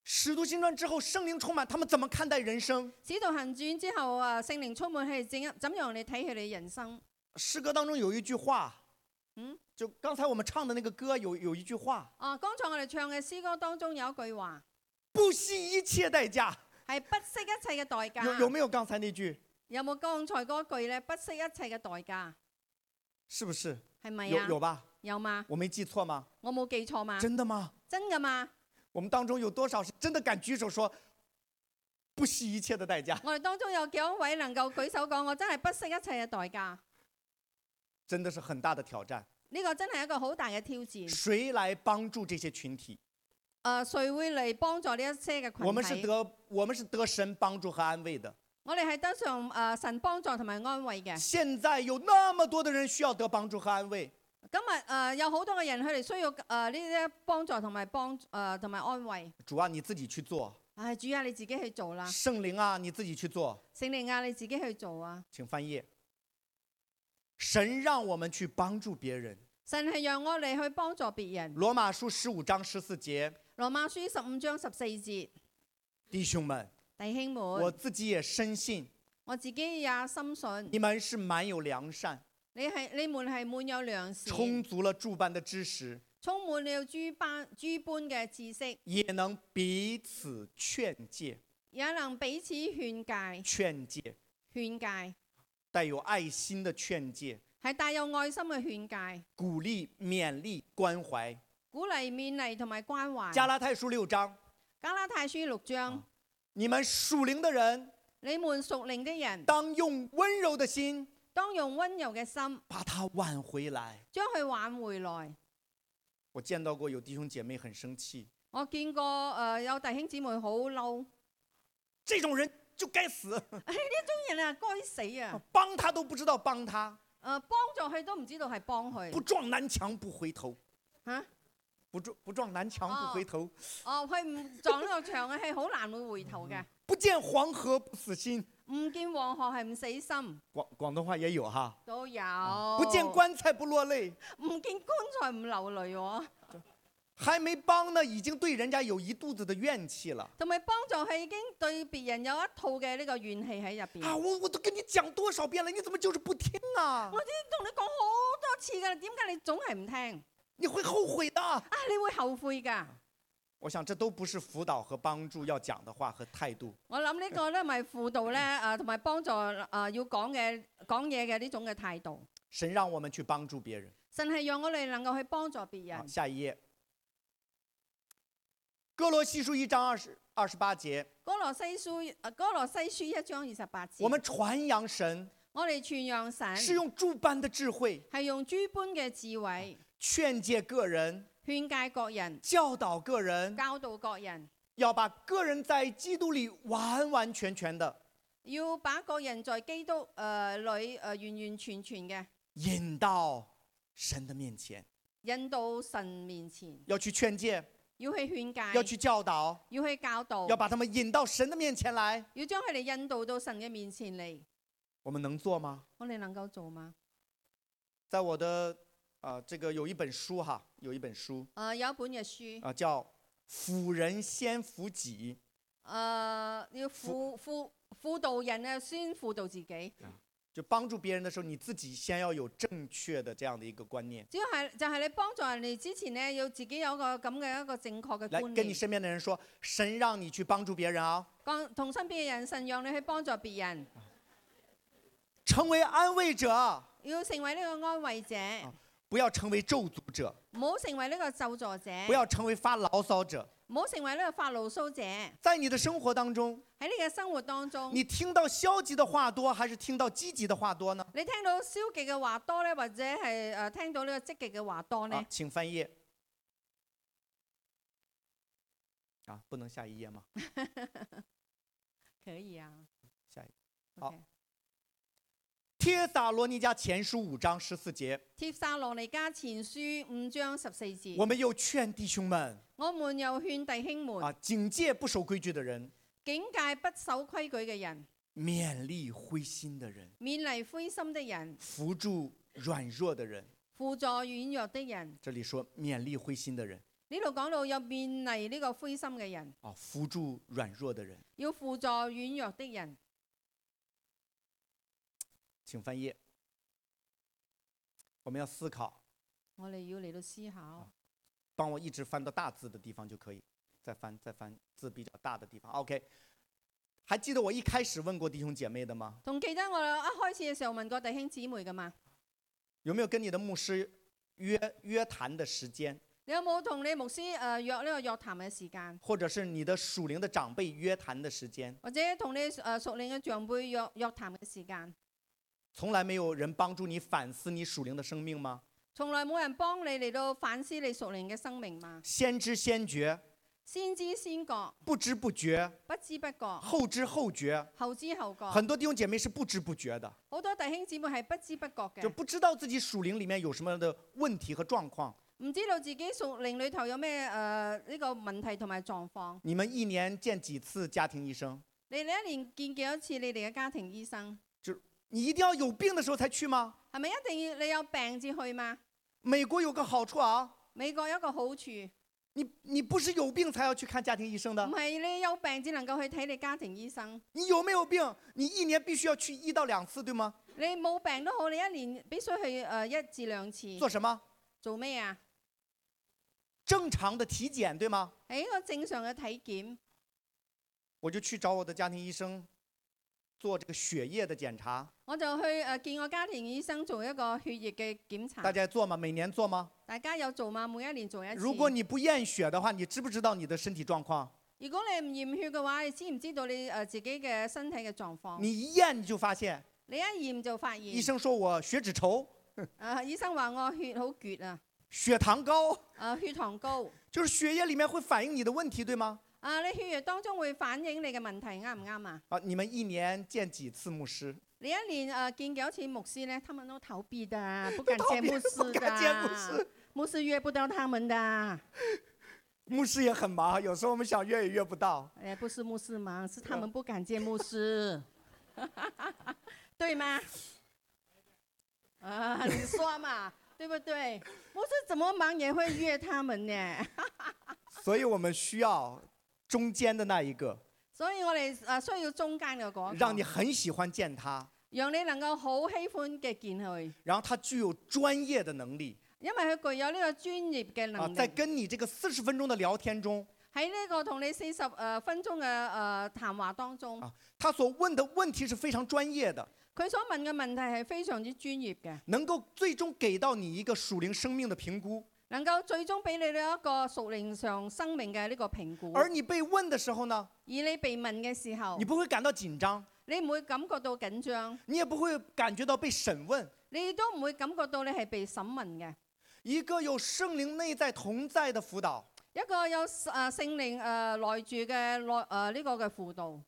C: 使徒行传之后，圣灵充满，他们怎么看待人生？
B: 使徒行傳之後啊，聖靈充滿佢哋點怎樣嚟睇佢哋人生？
C: 诗歌当中有一句话，
B: 嗯，
C: 就刚才我们唱的那个歌有有一句话，
B: 啊，剛才我哋唱嘅詩歌當中有一句話
C: 不惜一切代價，
B: 係不惜一切嘅代
C: 有有
B: 價。
C: 没有刚才那句？
B: 有冇剛才嗰句咧？不惜一切嘅代價
C: 是不是？
B: 係咪
C: 有
B: 啊？
C: 有吧？
B: 有嘛？
C: 我没記錯吗？
B: 我冇記錯嘛？
C: 真的吗？
B: 真噶嘛？
C: 我们当中有多少是真的敢举手说不惜一切的代價？
B: 我哋當中有幾多位能夠舉手講，我真係不惜一切嘅代價？
C: 真的是很大的挑戰。
B: 呢個真係一個好大嘅挑戰。
C: 谁來幫助這些群體？
B: 誒、誰會嚟幫助呢一些嘅
C: 我們是
B: 群體？
C: 得我們是得神幫助和安慰的。
B: 我哋係得上誒、呃神幫助同埋安慰嘅。
C: 現在有那麼多的人需要得幫助和安慰，
B: 今日誒、呃有好多嘅人，佢哋需要誒呃呢啲幫助同埋幫誒同埋安慰。
C: 主啊，你自己去做，
B: 唉、主啊，你自己去做啦，
C: 聖靈啊，你自己去做。
B: 聖靈啊，你自己去做啊！
C: 请翻页。神让我们去幫助別人。
B: 神係讓我哋去幫助別人。
C: 羅馬書十五章十四節，
B: 羅馬書十五章十四節，
C: 弟兄們，
B: 弟兄們，
C: 我
B: 我
C: 自己也深信
B: 自己也深信
C: 你們是滿有良善，
B: 你係你們係滿有良善，
C: 充足了諸般的知識，
B: 充滿了諸般諸般嘅知識，
C: 也能彼此勸戒。
B: 也能彼此勸戒，
C: 勸戒
B: 勸戒
C: 帶有愛心的勸戒，
B: 係帶有愛心嘅勸戒，
C: 鼓勵、勉勵、關懷。
B: 鼓勵勉勵同埋關懷。
C: 加拉太書六章，
B: 加拉太書六章，
C: 啊你們屬靈的人，
B: 你們屬靈的人，
C: 當用溫柔的心
B: 當用温柔嘅心
C: 把它挽回來。
B: 將佢挽回來。
C: 我見到過有弟兄姐妹很生氣，
B: 我見過誒、呃有弟兄姊妹好嬲，
C: 这種人就該死。
B: 當然啊，該死啊！
C: 帮他都不知道帮他，
B: 誒、幫助佢都唔知道係幫佢
C: 不撞南墙不回头，
B: 嚇。
C: 不撞不撞南墙不回头，
B: 哦，佢唔撞呢個牆嘅，係好難會回頭嘅。
C: 不见黄河不死心。
B: 唔見黃河係唔死心
C: 广广东话也有哈，
B: 都有。
C: 不见棺材不落泪，
B: 唔見棺材唔流淚喎，
C: 还没帮呢，已经对人家有一肚子的怨氣了。
B: 同埋幫助佢已經對別人有一套嘅呢個怨氣喺入邊。
C: 啊，我我都跟你讲多少遍了，你怎么就是不听啊
B: 我？已經同你講好多次㗎啦，點解你總係唔聽？
C: 你会后悔的。
B: 啊，你會後悔㗎。
C: 我想这都不是輔導和幫助要講的話和態度。
B: 我諗呢個咧，咪輔導咧，啊，同埋幫助啊，要講嘅講嘢嘅呢種嘅態度，
C: 神讓我們去幫助別人。
B: 真係讓我哋能夠去幫助別
C: 好，
B: 人。
C: 下一页。哥羅西書一章二十二十八節，
B: 哥羅西書，啊哥羅西書一章二十八節，
C: 我們傳揚神
B: 我哋傳揚
C: 是
B: 神
C: 用諸般的智慧
B: 係用諸般嘅智慧
C: 啊勸戒個人、
B: 勸戒各人、
C: 教導個人，
B: 教導各人，
C: 要把個人在基督裡完完全全的
B: 要把各人在基督誒、呃、裏誒、呃完完全全嘅
C: 引到神的面前，
B: 引到神面前，
C: 要去勸戒，
B: 要去勸
C: 要
B: 戒，
C: 去教導，
B: 要去教導，
C: 要把他們引到神的面前來。
B: 要將佢哋引導到神嘅面前嚟。
C: 我們能做嗎？
B: 我哋能夠做嗎？
C: 在我的啊、呃这个有一本書哈，有一本書
B: 誒、有一本嘅書，誒、
C: 啊、叫《輔人先輔己》。
B: 啊要輔輔輔導人啊，先輔導自己。
C: 就幫助別人的時候，你自己先要有正確的這樣的一個觀念，
B: 主要係就係、你幫助人哋之前咧，要自己有個咁嘅一個正確嘅
C: 來
B: 觀
C: 跟你
B: 念。
C: 身邊的人說，神讓你去幫助別人啊，
B: 講同身邊嘅人，神讓你去幫助別人，
C: 成為安慰者，啊
B: 要成為呢個安慰者，
C: 不要成為咒詛者，
B: 唔好成為呢個咒助者，
C: 不要成為發牢騷者，
B: 唔唔好成為呢個發牢騷者。喺
C: 在你的生活当中，
B: 你嘅生活當中，
C: 你听到消极的话多，还是听到积极的话多呢？
B: 你聽到消極嘅話多呢，或者係诶、呃、听到呢個積極嘅話多呢
C: 啊？，请翻页。啊，不能下一页吗？
B: 可以啊。
C: 下一好
B: OK。
C: 帖撒罗尼迦前书五章十四节，
B: 帖撒羅尼加前書五章十四節，
C: 我们又劝弟兄们
B: 我們又勸弟兄們，
C: 啊，警戒不守规矩的人，
B: 警戒不守規矩嘅人，
C: 勉励灰心的人，
B: 勉勵灰心的人，
C: 扶助软弱的人。
B: 輔助軟弱的人。
C: 这里说勉励灰心的人
B: 呢度講到有勉勵呢個灰心嘅人，
C: 啊，扶助软弱的人，
B: 要輔助軟弱的人。
C: 请翻页。我们要思考，
B: 我哋要嚟到思
C: 啊
B: 考。
C: 帮我一直翻到大字的地方就可以，再翻再翻字比较大的地方。OK，还记得我一开始问过弟兄姐妹的吗？
B: 同記得我一開始嘅時候問過弟兄姊妹噶嘛？
C: 有没有跟你的牧师约约谈的时间，
B: 你有冇同你牧師诶、呃、约呢個約談嘅時間，
C: 或者是你的属灵的长辈约谈的时间？
B: 或者同你诶熟齡嘅長輩約約談嘅時間？
C: 从来没有人帮助你反思你属灵的生命吗？
B: 從來冇人幫你嚟到反思你熟齡嘅生命嘛？
C: 先知先觉，
B: 先知先覺，
C: 不知不觉，
B: 不知不覺，
C: 后知后觉。
B: 後知後覺。
C: 很多弟兄姐妹是不知不觉的，
B: 好多弟兄姊妹係不知不覺
C: 就
B: 嘅，
C: 不知道自己属灵里面有什么样的问题和状况。
B: 唔知道自己熟齡裏頭有咩诶呢個問題同埋狀況。
C: 你们一年见几次家庭医生？
B: 你哋一年見幾多次你哋嘅家庭醫生？
C: 你一定要有病的时候才去吗？
B: 係咪一定要你有病至去嘛？
C: 美国有个好处啊，
B: 美國有一個好處。
C: 你你不是有病才要去看家庭医生的
B: 唔，係你有病只能夠去睇你家庭醫生，
C: 你有没有病，你一年必须要去一到两次，對吗？
B: 你冇病都好，你一年必須去诶、呃一至兩次。
C: 做什么？
B: 做咩啊？
C: 正常的体检，对吗？
B: 係一個正常嘅體檢。
C: 我就去找我的家庭医生做这个血液的检查，
B: 我就去诶、呃、見我家庭醫生做一個血液嘅檢查
C: 大。家做吗？每年做吗？
B: 大家有做嘛？每一年做一次。
C: 如果你不验血的话，你知不知道你的身体状况？
B: 如果你唔驗血嘅話，你知唔知道你诶、呃自己嘅身體嘅狀況？
C: 你一验你就发现，
B: 你一驗就發現。
C: 医生说我血脂稠、
B: 啊、醫生話我血好橛啊，
C: 血糖高，
B: 啊、血糖高。
C: 就是血液里面会反映你的问题，对吗？
B: 啊！你血液當中會反映你嘅問題啱唔啱啊？
C: 啊，你们一年见几次牧师？
B: 你一年誒、呃、見幾多次牧師呢？他們都逃避的，不敢
C: 逃
B: 見
C: 避
B: 牧師
C: 不
B: 的，
C: 敢见牧师，
B: 牧師約不到他們的。
C: 牧师也很忙，有时候我们想约也约不到。
B: 哎，不是牧师忙，
C: 啊
B: 是他们不敢见牧 师，对吗？ 啊，你说嘛，对不对？牧师怎么忙也會約他們呢？
C: 所以我们需要中间的那一个，
B: 所以我哋誒、呃需要中間嘅嗰、
C: 让
B: 個，
C: 你很喜欢见他，
B: 讓你能夠好喜歡嘅見佢，
C: 然后他具有專業的能力
B: 因為佢具有呢個專業嘅
C: 啊，
B: 能力。
C: 在跟你这个四十分钟的聊天中，
B: 喺呢個同你四十誒分鐘嘅呃誒談話當中。
C: 他所问的問題是非常專業的，
B: 佢所問嘅問題係非常之專業嘅，
C: 能夠最終給到你一个屬靈生命的評估。
B: 能夠最終俾你哋一個屬靈上生命嘅呢個評估。
C: 而
B: 而
C: 你被問的時候呢，
B: 你被問嘅時候
C: 你，不會感到緊張，
B: 你唔會感覺到緊張，
C: 你也不會感覺到被審問。
B: 你亦都唔會感覺到你係被審問嘅。
C: 一个有圣灵内在同在的輔導，
B: 一個有誒、呃、聖靈誒、呃、內住嘅內誒呢個嘅輔導，誒、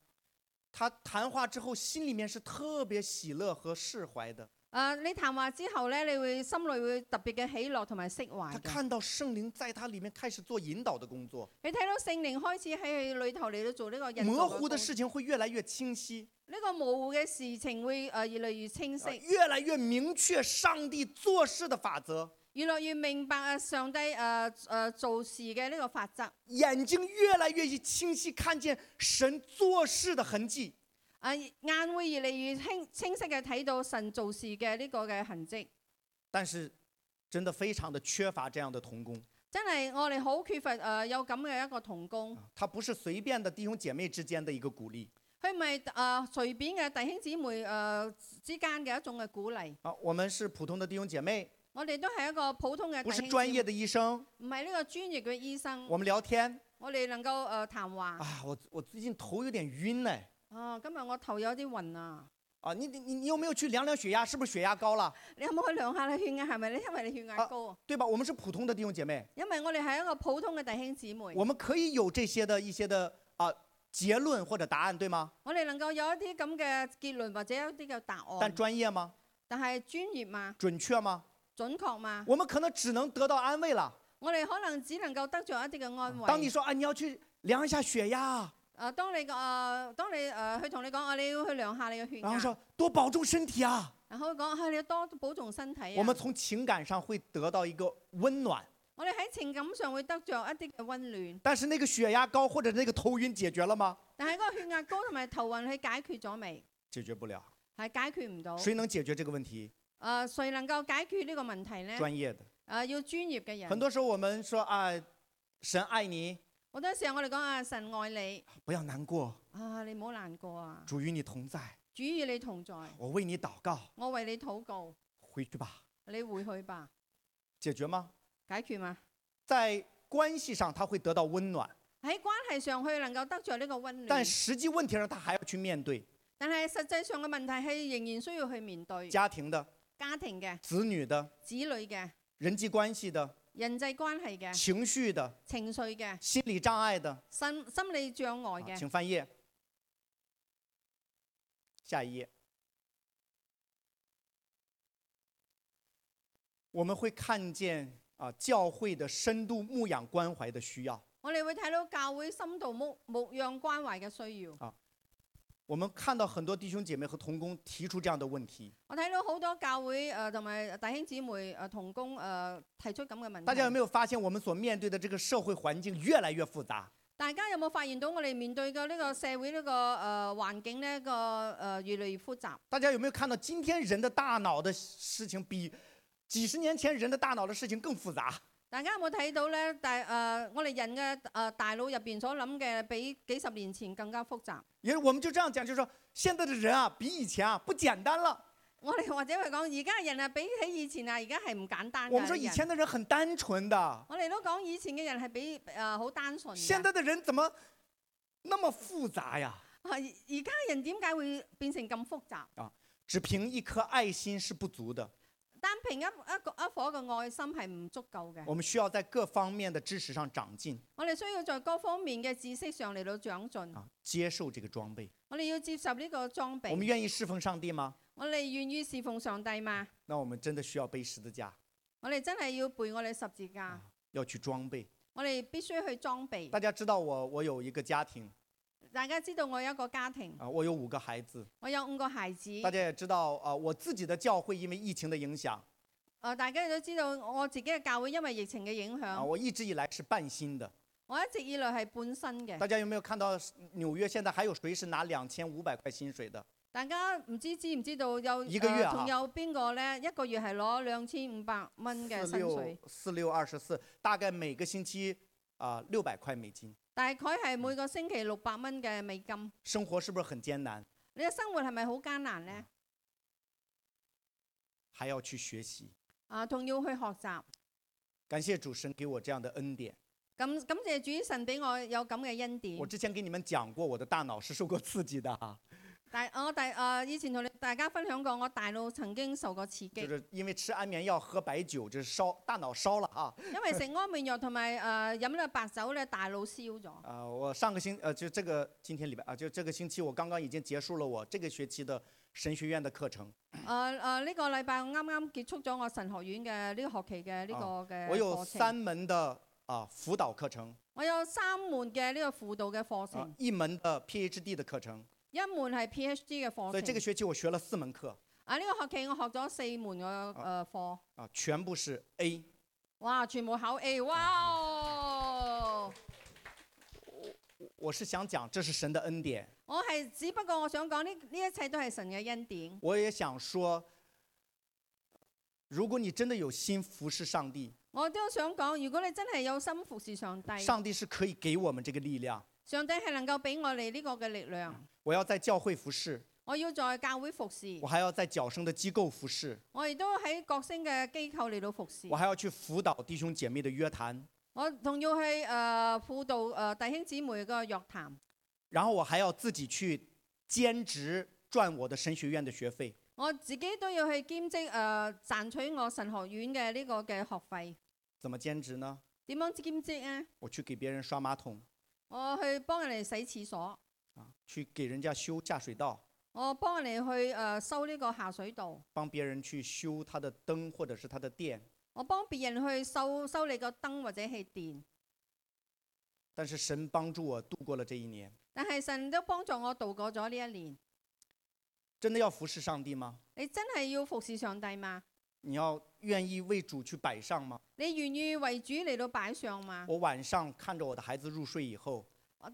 C: 他談話之後心里面是特別喜樂和釋懷的。
B: 呃你談話之後咧，你會心裏會特別嘅喜樂同埋釋懷
C: 他
B: 嘅。
C: 看到聖靈在他里面開始做引導的工作，
B: 你睇到聖靈開始喺佢裏頭嚟到做呢個引導嘅
C: 模
B: 工
C: 糊的事情會越來越清晰，
B: 呢個模糊嘅事情會誒、呃越嚟越清晰
C: 啊。越來越明確上帝做事的法則，
B: 越來越明白啊，上帝誒誒做事嘅呢個法則，
C: 眼睛越來越清晰看見神做事的痕迹。
B: 啊眼會越嚟越清清晰嘅睇到神做事嘅呢個嘅痕跡。
C: 但是，真的非常的缺乏這樣的童工，
B: 真係我哋好缺乏誒、呃有咁嘅一個同工，
C: 啊他不是隨便的弟兄姐妹之間的一個鼓勵
B: 佢唔係誒隨便嘅弟兄姊妹誒、呃之間嘅一種嘅鼓勵。
C: 啊。我們是普通的弟兄姐妹，
B: 我哋都係一個普通嘅
C: 不
B: 弟
C: 是
B: 兄姊
C: 專業
B: 妹，
C: 的醫生，
B: 唔係呢個專業嘅醫生。
C: 我們聊天，
B: 我哋能夠诶談話。
C: 啊，我我最近头有点晕呢。
B: 哦，今日我頭有啲暈啊！
C: 啊，你你你你有没有去量量血压？是不是血压高了？
B: 你可唔可以量下你血壓係咪？你因為你血壓高啊，
C: 对吧？我们是普通的弟兄姐妹，
B: 因為我哋係一個普通嘅弟兄姊妹，
C: 我们可以有这些的一些的啊结论或者答案，对吗？
B: 我哋能夠有一啲咁嘅結論或者一啲嘅答
C: 但
B: 案，
C: 专业吗？
B: 但係專業嘛、
C: 准确吗？
B: 準確嘛，
C: 我们可能只能得到安慰了。
B: 我哋可能只能夠得着一啲嘅安慰。
C: 当你说啊，你要去量一下血压，
B: 啊，當你個啊，當你誒佢同你講啊，你要去量下你嘅血
C: 然后
B: 壓，
C: 说多保重身体啊，
B: 然後佢講啊，你要多保重身體
C: 我
B: 啊
C: 们。从情感上会得到一个温暖。
B: 我哋喺情感上會得着一啲嘅温暖，
C: 但是那个血压高或者那个头晕解决了吗？
B: 但係嗰個血壓高同埋頭暈，佢解決咗未？
C: 解决不了。
B: 係解決唔到。
C: 谁能解决这个问题？
B: 啊，誰能夠解決呢個問題呢？
C: 专业的。
B: 啊，要專業嘅
C: 很
B: 人。
C: 多时候我们说啊，神爱你，
B: 好多時候我哋講啊，神愛你
C: 不要难过，
B: 啊，你唔好難過啊，
C: 主与你同在，
B: 主與你同在，
C: 我为你祷告，
B: 我為你禱告，
C: 回去吧。
B: 你回去吧，
C: 解决吗？
B: 解決嘛。
C: 在关系上他会得到温暖，
B: 喺關係上佢能夠得着呢個温
C: 但
B: 暖，
C: 实际问题上他还要去面对
B: 但係實際上嘅問題係仍然需要去面對
C: 家庭的、
B: 家庭嘅、
C: 子女的、
B: 子女嘅、
C: 人际关系的、
B: 人際關係嘅、
C: 情绪的、
B: 情緒嘅、
C: 心理障碍的。
B: 心心理障礙
C: 啊
B: 嘅。
C: 请翻页，下一页。我们会看见啊，教会的深度牧养关怀的需要。
B: 我哋會睇到教會深度牧牧養關懷嘅需要。
C: 我们看到很多弟兄姐妹和同工提出这样的问题，
B: 我睇到好多教會誒同埋呃弟兄姊妹誒同工誒、呃提出咁嘅問題。
C: 大家有没有发现我们所面对的这个社会环境越来越复杂？
B: 大家有冇發現到我哋面對嘅呢個社會呢、個誒、呃、環境呢、個誒、呃越嚟越複雜？
C: 大家有没有看到今天人的大脑的事情比几十年前人的大脑的事情更复杂？
B: 大家有冇睇到咧？大誒、呃我哋人嘅誒、呃大腦入邊所諗嘅比幾十年前更加複雜。
C: 也我们就这样讲，就是说现在的人啊，比以前啊不简单了。
B: 我哋或者係講而家嘅人啊，比起以前啊，而家係唔簡單㗎
C: 我们说
B: 啲
C: 以
B: 人啊
C: 前的人很单纯的，
B: 我哋都講以前嘅人係比呃誒好、單純㗎。
C: 现在的人怎么那么复杂呀？
B: 啊而 而家人點解會變成咁複雜？
C: 只凭一颗爱心是不足的，
B: 單憑一一個一顆嘅愛心係唔足夠嘅。
C: 我们需要在各方面的知识上长进
B: 我哋需要在各方面嘅知識上嚟到長進。
C: 啊，接受这个装备。
B: 我哋要接受呢個裝
C: 我们
B: 備。
C: 愿意侍奉上帝吗？
B: 我哋願意侍奉上帝嘛？
C: 那我们真的需要背十字架，
B: 我哋真係要背我哋十字架。
C: 要去装备。
B: 我哋必須去裝備。
C: 大家知道我，我有一个家庭
B: 大家知道我有一個家庭，
C: 啊，我有五个孩子。
B: 我有五個孩子。
C: 大家也知道啊，我自己的教会因为疫情的影响
B: 呃大家都知道我自己嘅教會因為疫情嘅影
C: 啊，
B: 響，
C: 我一直以来是半薪的。
B: 我一直以來係半薪嘅。
C: 大家有没有看到纽约现在还有谁是拿两千五百块薪水的？
B: 大家唔知知唔知道有
C: 一個月啊
B: 呃仲、有邊個呢？一個月係攞兩千五百蚊嘅
C: 四
B: 薪
C: 六
B: 水，
C: 四六二十四，大概每个星期啊六百块美金，
B: 大概係每個星期六百蚊嘅美金。
C: 生活是不是很艰难？
B: 你嘅生活係咪好艱難呢？
C: 还要去学习。
B: 啊，仲要去學習。
C: 感谢主神给我这样的恩典。
B: 咁感謝主神俾我有咁嘅恩典
C: 我。之前给你们讲过，我的大脑是受过刺激的啊，
B: 但我第啊以前同你大家分享過，我大腦曾經受過刺激
C: 就，是因为吃安眠药、喝白酒，就是烧大脑烧了啊。
B: 因為食安眠藥同埋啊飲呢個白酒咧，大腦燒 咗。
C: 啊、我上个星呃，就这个今天礼拜啊，就这个星期我刚刚已经结束了我这个学期的神学院的课程。
B: 啊啊呢個禮拜我啱啱結束咗我神學院嘅呢個學期嘅呢個嘅
C: 啊我有
B: 課程
C: 三门的啊辅导課程，
B: 我有三門嘅呢個輔導嘅課
C: 啊
B: 程，
C: 一门的 PhD 的課程，
B: 一門係 PhD 嘅
C: 所
B: 課
C: 以这
B: 程。
C: 个学期我学了四门課
B: 啊，呢個學期我學咗四門嘅誒課，
C: 啊，全部是 A。
B: 哇，全部考 A，哇
C: 啊
B: 哦！
C: 我是想講，这是神的恩典，
B: 我係只不過我想講呢呢一切都係神嘅恩典。
C: 我也想说，如果你真的有心服侍上帝，
B: 我都想講，如果你真係有心服侍上帝，
C: 上帝是可以给我们这个力量。
B: 上帝係能夠俾我哋呢個嘅力量。
C: 我要在教会服侍，
B: 我要在教會服侍
C: 我，还要在角聲的机构服侍，
B: 我亦都喺各星嘅機構嚟到服侍
C: 我，還要去輔導弟兄姐妹的约谈，
B: 我仲要去誒、呃、輔導誒、呃弟兄姊妹嘅約談，
C: 然后我还要自己去兼职赚我的神学院的学费。
B: 我自己都要去兼職誒、呃賺取我神學院嘅呢個嘅學費。
C: 怎么兼职呢？
B: 點樣兼職呢？
C: 我去给别人刷马桶
B: 我去幫人哋洗廁所，
C: 啊，去给人家修下水道，
B: 我幫人哋去誒、呃修呢個下水道，
C: 帮别人去修他的灯或者是他的电。
B: 我幫別人去修修你個燈或者氣電。
C: 但是神帮助我度过了这一年。
B: 但係神都幫助我度過咗呢一年。
C: 真的要服侍上帝吗？
B: 你真係要服侍上帝嘛？
C: 你要愿意为主去摆上吗？
B: 你願意為主嚟到擺上嘛？
C: 我晚上看着我的孩子入睡以后，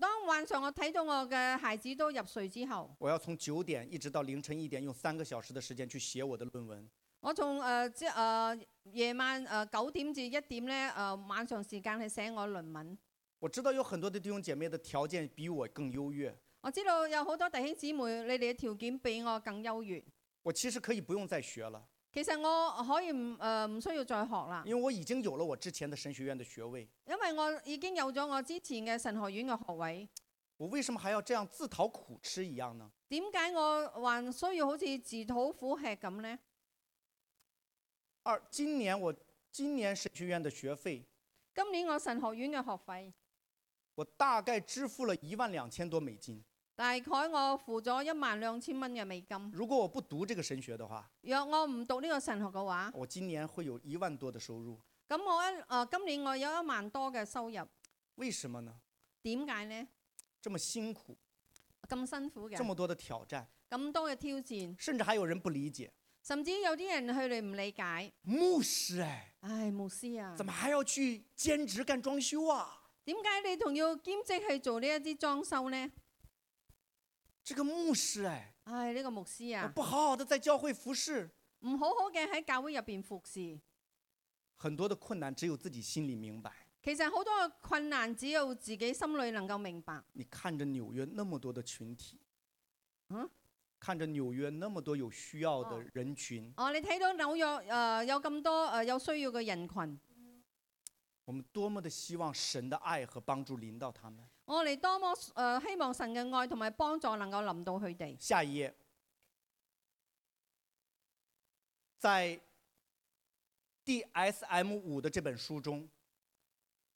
B: 當晚上我睇到我嘅孩子都入睡之後，
C: 我要从九点一直到凌晨一点，用三个小时的时间去写我的论文。
B: 我從誒、呃即誒、呃夜晚誒九、點至一點咧誒、呃晚上時間去寫我論文。
C: 我知道有很多的弟兄姐妹的条件比我更优越，
B: 我知道有好多弟兄姊妹，你哋嘅條件比我更優越。
C: 我其实可以不用再学了，
B: 其實我可以唔誒唔需要再學啦，
C: 因为我已經有了我之前的神学院的学位。
B: 因為我已經有咗我之前嘅神學院嘅學位。
C: 我为什么还要这样自讨苦吃一样呢？
B: 點解我還需要好似自討苦吃咁呢？
C: 二，今年我今年神学院的学费，
B: 今年我神學院嘅學費
C: 我大概支付了一万两千多美金。
B: 大概我付咗一萬兩千蚊嘅美金。
C: 如果我不讀这个神学的话，
B: 若我唔讀呢個神學嘅話，
C: 我今年会有一万多的收入。
B: 咁我一誒、呃今年我有一萬多嘅收入，
C: 为什么呢？
B: 點解呢？
C: 这么辛苦，
B: 咁辛苦嘅
C: 这，么多的挑战，
B: 咁多嘅挑戰，
C: 甚至还有人不理解，
B: 甚至有啲人佢哋唔理解。
C: 牧师哎，
B: 唉，牧師啊，
C: 怎么还要去兼职干装修啊？
B: 點解你仲要兼職去做呢一啲裝修呢？
C: 这个牧师哎，
B: 唉，呢、個牧師
C: 我
B: 啊，
C: 不好好的在教会服侍，
B: 唔好好嘅喺教會入邊服侍，
C: 很多的困难只有自己心里明白。
B: 其實好多嘅困難只有自己心裏能夠明白。
C: 你看着纽约那么多的群体，
B: 嗯，
C: 看着纽约那么多有需要的
B: 哦
C: 人群，
B: 哦，你睇到紐約誒、呃有咁多誒、呃有需要嘅人群，
C: 我们多么的希望神的愛和幫助临到他们。
B: 我哋多麼誒、呃希望神嘅愛同埋幫助能夠臨到佢哋。
C: 下一页，在 DSM 五的这本书中，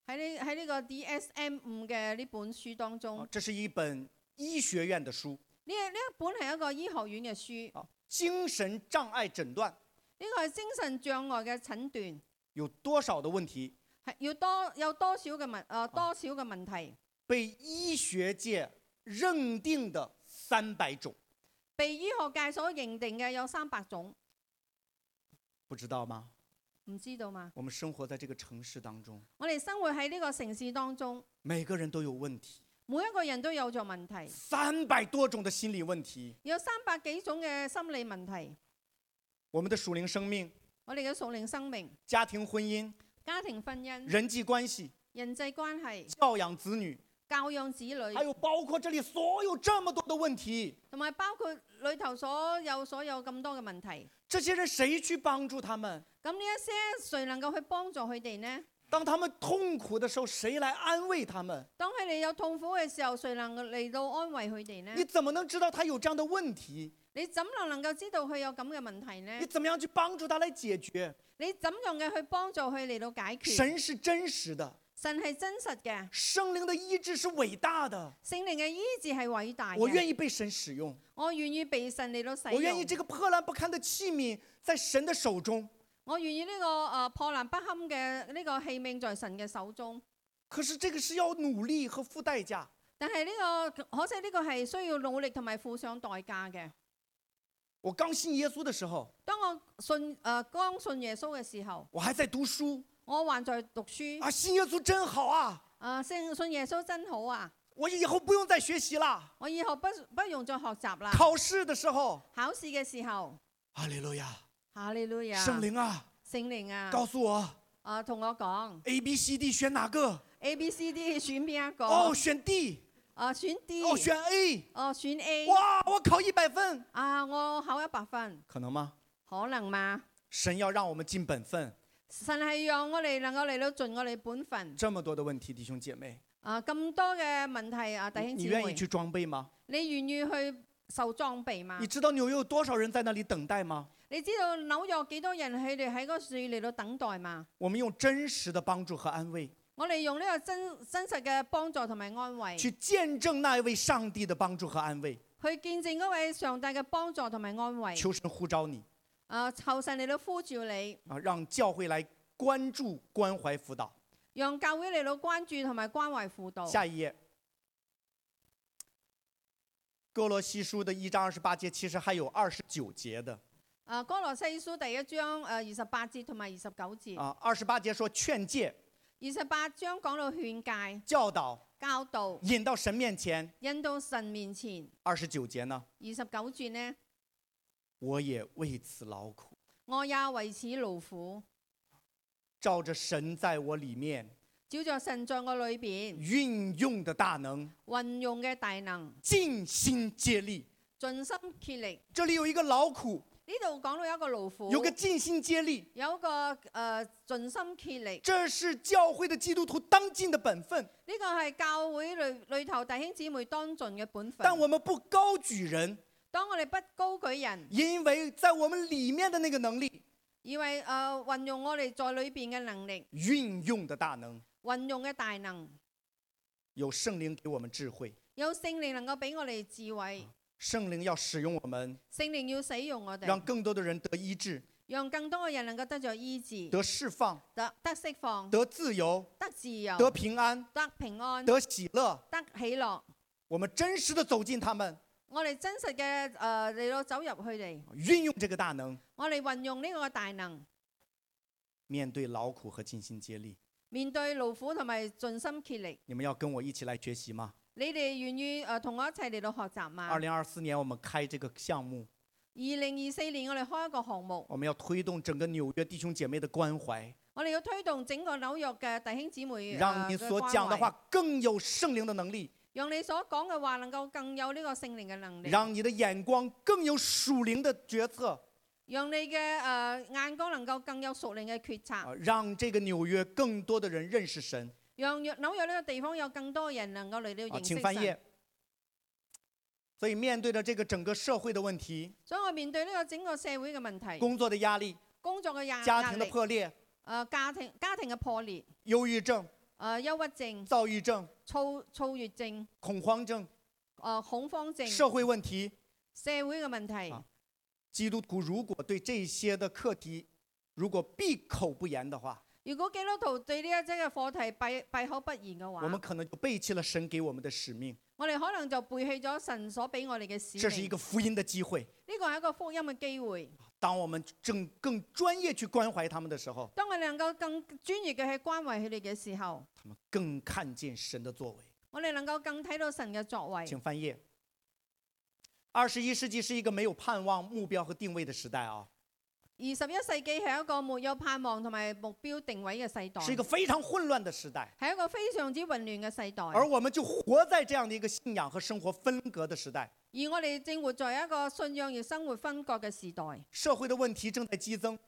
B: 喺呢喺呢個 DSM 五嘅呢本書當中，
C: 啊
B: 呢，
C: 这是一本醫學院的書，
B: 呢一本係一個醫學院嘅書，
C: 啊，精神障礙診斷
B: 呢個係精神障礙嘅診斷，
C: 有多少的問題
B: 係要多有多少嘅問誒、呃多少嘅問題，
C: 被醫學界認定的三百种，
B: 被醫學界所認定嘅有三百種，
C: 不知道吗？
B: 唔知道嘛？
C: 我们生活在这个城市当中，
B: 我哋生活喺呢個城市當中，
C: 每个人都有问题，
B: 每一個人都有咗問題，
C: 三百多种的心理问题。
B: 有三百幾種嘅心理問題。
C: 我们的属灵生命、
B: 我哋嘅屬靈生命、
C: 家庭婚姻、
B: 家庭婚姻、
C: 人际关系、
B: 人際關係、
C: 教养子女，
B: 教養子
C: 还
B: 女，
C: 有包括这里所有这么多的问题，
B: 同埋包括裏頭所有所有咁多嘅問題。
C: 这些人谁去帮助他们？
B: 咁呢一些誰能夠去幫助佢哋呢？
C: 当他们痛苦的时候，谁来安慰他们？
B: 當佢哋有痛苦嘅時候，誰能夠嚟到安慰佢哋呢
C: 你？怎么能知道他有这样的问题？
B: 你怎能能夠知道佢有咁嘅問題呢
C: 你？怎么样去帮助他来解决？
B: 你怎樣嘅去幫助佢嚟到解決？
C: 神是真实的，
B: 神係真實嘅，
C: 圣灵的医治是伟大的。
B: 聖靈嘅醫治係偉大
C: 我
B: 嘅。
C: 愿意被神使用，
B: 我願意被神嚟到使
C: 我愿意
B: 用，
C: 这个破烂不堪的器皿在神的手中。
B: 我願意呢、個呃破爛不堪嘅呢個器皿在神嘅手中。
C: 可是这个是要努力和付代价。
B: 但係呢、個可惜呢個係需要努力同埋付上代價嘅。
C: 我刚信耶稣的时候，
B: 當我信誒、呃剛信耶穌嘅時候，
C: 我还在读书
B: 我還在讀書，
C: 啊，信耶穌真好啊！
B: 啊信信耶穌真好啊！
C: 我以后不用再学习了。
B: 我以後不不用再學習啦。
C: 考试的时候，
B: 考試嘅時候，
C: 啊哈利路亚，
B: 哈利路亞，
C: 圣灵啊，
B: 聖靈啊，
C: 告訴我
B: 啊同我講
C: A、B、C、D 选哪个？
B: A、B、C、D 選邊一個？
C: 哦，选 D，
B: 啊選 D，
C: 哦，选 A。
B: 哦選 A，
C: 哇，我考一百分，
B: 啊我考一百分，
C: 可能吗？
B: 可能嘛？
C: 神要让我们尽本分，
B: 神係讓我哋能夠嚟到盡我哋本分。
C: 这么多的问题，弟兄姐妹，
B: 啊，咁多嘅問題啊，弟
C: 你
B: 兄
C: 你
B: 姊
C: 愿
B: 妹
C: 意，去装备吗？
B: 你願意去受裝備嗎
C: 你？知道纽约有多少人在那里等待吗？
B: 你知道紐約幾多人佢哋喺嗰樹嚟到等待嘛？
C: 我们用真实的帮助和安慰，
B: 我哋用呢個真真實嘅幫助同埋安慰，
C: 去見证那一位上帝的帮助和安慰。
B: 去見證嗰位上帝嘅幫助同埋安慰。
C: 求神呼召你
B: 啊，求神嚟到呼召你，
C: 啊，让教会来关注、关怀、辅导。
B: 讓教會嚟到關注同埋關懷輔導。
C: 下一页，哥罗西书的一章二十八节，其实还有二十九节的
B: 啊，哥羅西書第一章诶二十八節同埋二十九節，
C: 啊。二十八节说劝诫、
B: 二十八章講到勸戒、
C: 教导、
B: 教導、
C: 引到神面前。
B: 引到神面前。
C: 二十九节呢，
B: 二十九節呢，
C: 我也为此劳苦，
B: 我也為此勞苦，
C: 照着神在我里面
B: 照着神在我裏邊
C: 运用的大能，
B: 運用嘅大能，
C: 尽心竭力。
B: 盡心竭力。
C: 这里有一个劳苦，
B: 呢度講到有一個勞苦，
C: 有个尽心竭力，
B: 有一個誒盡心竭力，
C: 这是教会的基督徒当尽的本分。
B: 呢個係教會裏裏頭弟兄姊妹當盡嘅本分。
C: 但我们不高举人，
B: 當我哋不高舉人，
C: 因为在我们里面的那个能力，
B: 以為誒、呃、運用我哋在裏邊嘅能力，
C: 运用的大能，
B: 運用嘅大能，
C: 有圣灵给我们智慧，
B: 有聖靈能夠俾我哋智慧，
C: 圣灵要使用我们，
B: 聖靈要使用我
C: 让
B: 哋，
C: 更多的人得医治、
B: 讓更多嘅人能夠得着醫治，
C: 得释放、
B: 得得釋放，
C: 得自由、
B: 得自由，
C: 得平安、
B: 得平安，得
C: 得喜乐。
B: 喜樂。
C: 我们真实的走进他们，
B: 我哋真實嘅誒嚟到走入佢哋，
C: 运用这个大能，
B: 我哋運用呢個大能，
C: 面对劳苦和尽心竭力。
B: 面對勞苦同埋盡心竭力。
C: 你们要跟我一起来学习吗？
B: 你哋願意誒同我一齊嚟到學習嘛？
C: 二
B: 二
C: 零二四年我们开这个项目，
B: 零二四年我哋開一個項目，
C: 我们要推动整个纽约弟兄姐妹的关怀，
B: 我哋要推動整個紐約嘅弟兄姊妹
C: 让
B: 呃
C: 你
B: 嘅
C: 所
B: 關
C: 讲的
B: 懷
C: 话更有圣灵的能力，
B: 让你所講嘅話能夠更有呢個聖靈嘅能力，
C: 让你的眼光更有属灵的决策，
B: 讓你嘅诶、呃眼光能夠更有熟靈嘅決策，
C: 啊，让这个纽约更多的人认识神
B: 讓約紐約呢個地方有更多人能夠嚟到認
C: 啊，
B: 識
C: 请翻
B: 神。
C: 页。所以面对着这个整个社会的问题、
B: 所以我面對呢個整個社會嘅問題，
C: 工作的压力、
B: 工作嘅壓
C: 家
B: 壓
C: 庭
B: 啊
C: 的
B: 力，
C: 破裂、
B: 呃家庭家庭嘅破裂，
C: 忧郁症、
B: 诶憂鬱症、
C: 躁郁症、
B: 躁躁郁症、
C: 恐慌症、
B: 诶恐慌症、
C: 社会问题，
B: 社會嘅問題。
C: 啊基督徒如果对这些的课题如果闭口不言的话，
B: 如果基督徒對呢一啲嘅課題閉閉口不言嘅
C: 我们
B: 話，
C: 可能就背弃了神给我们的使命。
B: 我哋可能就背棄咗神所俾我哋嘅使
C: 这是一
B: 命。
C: 个福音的机会。
B: 呢個係一個福音嘅機會。
C: 当我们正更专业去关怀他们的时候，
B: 當我哋能夠更專業嘅去關懷佢哋嘅時候，
C: 他们更看见神的作为。
B: 我哋能夠更睇到神嘅作為。
C: 请翻页。二十一世纪是一个没有盼望、目标和定位的时代啊，
B: 二十一世紀係一個沒有盼望同埋目標定位嘅世代，
C: 是一个非常混乱的时代，
B: 係一個非常之混亂嘅世代。
C: 而我们就活在这样的一个信仰和生活分隔的时代。
B: 而我哋正活在一個信仰與生活分割嘅時代。
C: 社会的问题正在激增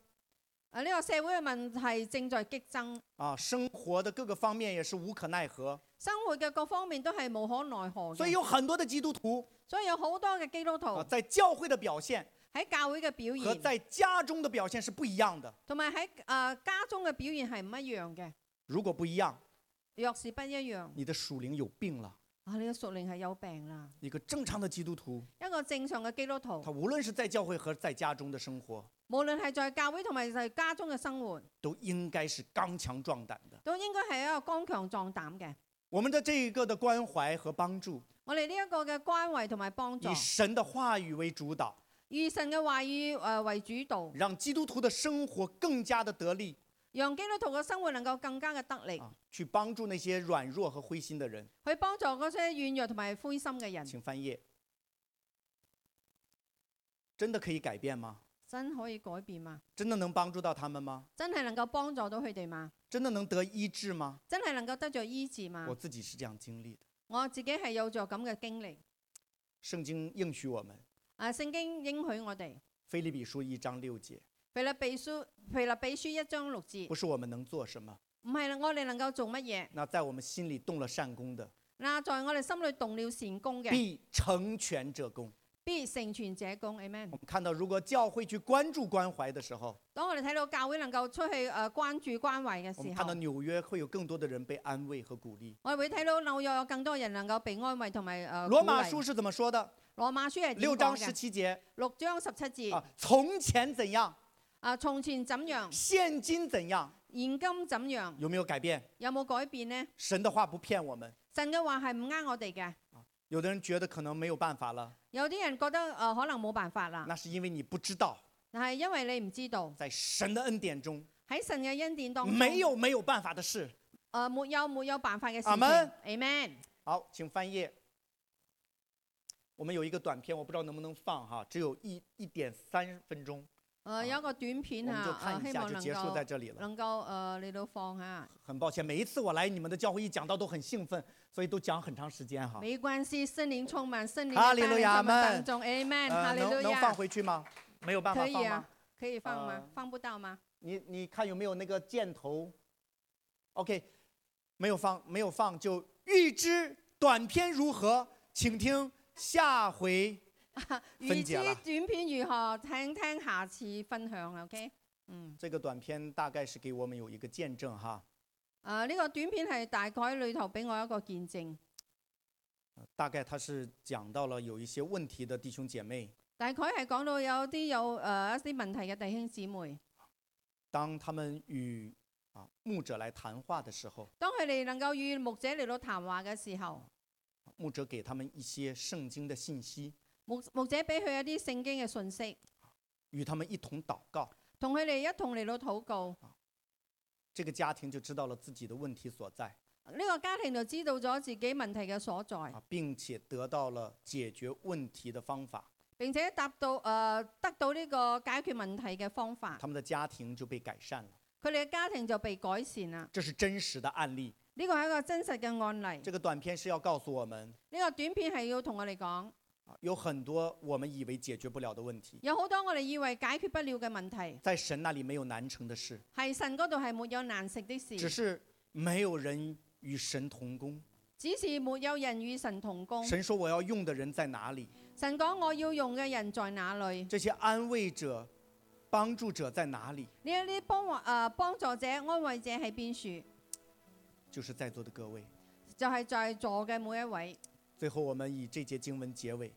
B: 啊，呢個社會嘅問題正在激增，
C: 啊，生活的各个方面也是无可奈何，
B: 生活嘅各方面都係無可奈何嘅。
C: 所以有很多的基督徒
B: 所以有好多嘅基督徒
C: 啊，在教会的表现
B: 喺教會嘅表
C: 和
B: 現，
C: 在家中的表现是不一样的。
B: 同埋喺啊家中嘅表現係唔一樣嘅。
C: 如果不一样，
B: 若是不一樣，
C: 你的属灵有病了。
B: 啊，你嘅屬靈係有病啦。
C: 一个正常的基督徒，
B: 一個正常嘅基督徒
C: 他，无论是在教会和在家中的生活，
B: 無論係在教會同埋在家中嘅生活，
C: 都應該是剛强壮胆的。
B: 都應該係一個剛強壯膽嘅。
C: 我们的这一个的关懷和帮助，
B: 我哋呢一個嘅關懷同埋幫助
C: 以，神的話語為主導，
B: 以神嘅話語誒為主導，
C: 讓基督徒的生活更加的得力
B: 讓基督徒嘅生活能夠更加嘅得力，
C: 啊，去帮助那些軟弱和灰心的人。
B: 去幫助嗰些軟弱同埋灰心嘅人。
C: 请翻页。真的可以改變嗎？
B: 真可以改變嘛？
C: 真的能幫助到他們嗎？
B: 真係能夠幫助到佢哋嘛？
C: 真的能得醫治嗎？
B: 真係能夠得着醫治嘛
C: 我？自己是這樣經歷的。
B: 我自己係有咗咁嘅經歷。
C: 聖經應許我們，《
B: 啊，聖經應許我哋，
C: 腓立比書》一章六節，
B: 《腓立比書腓立比書一章六節，
C: 不是我们能做什么，
B: 唔係我哋能夠做乜嘢，
C: 那在我们心里动了善功的，
B: 嗱，在我哋心裏動了善功嘅，
C: 必成全这功。
B: 必成全者功。Amen
C: 我。们看到，如果教会去关注关怀的时候，
B: 當我哋睇到教會能夠出去誒、呃、關注關懷嘅
C: 我们
B: 時
C: 看到
B: 候，
C: 纽约会有更多的人被安慰和鼓励。
B: 我哋會睇到紐約有更多人能夠被安慰同埋誒。
C: 罗马
B: 呃鼓勵
C: 书是怎么说的？
B: 羅馬書係點
C: 六章
B: 講
C: 十
B: 嘅？
C: 七节
B: 六章十七節
C: 啊，从前怎样，
B: 啊，從前怎樣，
C: 现今怎样，
B: 現今怎樣，
C: 有没有改变？
B: 有冇改變呢？
C: 神的话不骗我们。
B: 神嘅話係唔呃啱我哋嘅。
C: 有的人觉得可能没有办法了，
B: 有啲人覺得誒、呃可能冇辦法啦，
C: 那是因为你不知道，
B: 但係因為你唔知道
C: 在神的恩典中，
B: 喺神嘅恩典當中，
C: 没有没有办法的事。
B: 誒沒有沒有辦法嘅事情。
C: Amen
B: Amen。
C: 好，请翻页。我们有一个短片，我不知道能不能放哈，只有一一点三分钟，
B: 誒呃有一個短
C: 我
B: 片
C: 们就
B: 啊，
C: 看
B: 呃
C: 一
B: 希
C: 下
B: 望
C: 就
B: 能
C: 结束在
B: 夠
C: 这里了。
B: 能夠誒嚟到放下。
C: 很抱歉，每一次我来你们的教会一讲到都很兴奋，所以都讲很长时间哈。
B: 没关系，圣灵充满，圣灵在
C: 哈利路
B: 大
C: 亚
B: 家们
C: 们
B: 当中，Amen，哈
C: 呃，
B: 利
C: 能
B: 路
C: 能放
B: 亚，
C: 回去吗？没有办法
B: 可以
C: 放
B: 啊
C: 吗？
B: 可以放吗
C: 呃？
B: 放不到吗？
C: 你你看有没有那个箭头？OK，没有放，没有放就预知短片如何，请听下回。分
B: 預知
C: 解啦
B: 短片如何？聽聽下次分享啦，OK？嗯，
C: 这个短片大概是给我们有一个见证哈，
B: 啊呢個短片係大概裏頭俾我一個見證，
C: 呃大概它是讲到了有一些问题的弟兄姐妹，
B: 大概係講到有啲有誒一啲問題嘅弟兄姊妹，
C: 当他们与啊牧者来谈话的时候，
B: 當佢哋能夠與牧者嚟到談話嘅時候，
C: 牧者给他们一些圣经的信息，
B: 牧牧者俾佢一啲聖經嘅信息，
C: 与他们一同祷告，
B: 同佢哋一同嚟到禱告，
C: 这个家庭就知道了自己的问题所在
B: 呢個家庭就知道咗自己問題嘅所在。
C: 啊，并且得到了解决问题的方法。
B: 並且達到誒、呃得到呢個解決問題嘅方法，
C: 他们的家庭就被改善了。
B: 佢哋嘅家庭就被改善啦。
C: 这是真实的案例。
B: 呢個係一個真實嘅案例。
C: 这个短片是要告诉我们，
B: 呢、個短片係要同我哋講，
C: 啊有很多我们以为解决不了的问题，
B: 有好多我哋以為解決不了嘅問題，
C: 在神那里没有难成的事，
B: 係神嗰度係沒有難食的
C: 只
B: 事，
C: 是没有人与神同工。
B: 只是沒有人與神同工。
C: 神说：“我要用的人在哪里？
B: 神講我要用嘅人在哪裏？
C: 这些安慰者、帮助者在哪里
B: 呢一啲幫誒、呃、幫助者、安慰者喺邊處？？”
C: 就是在座的各位。
B: 就係、在座嘅每一位。
C: 最后，我们以这节经文结尾：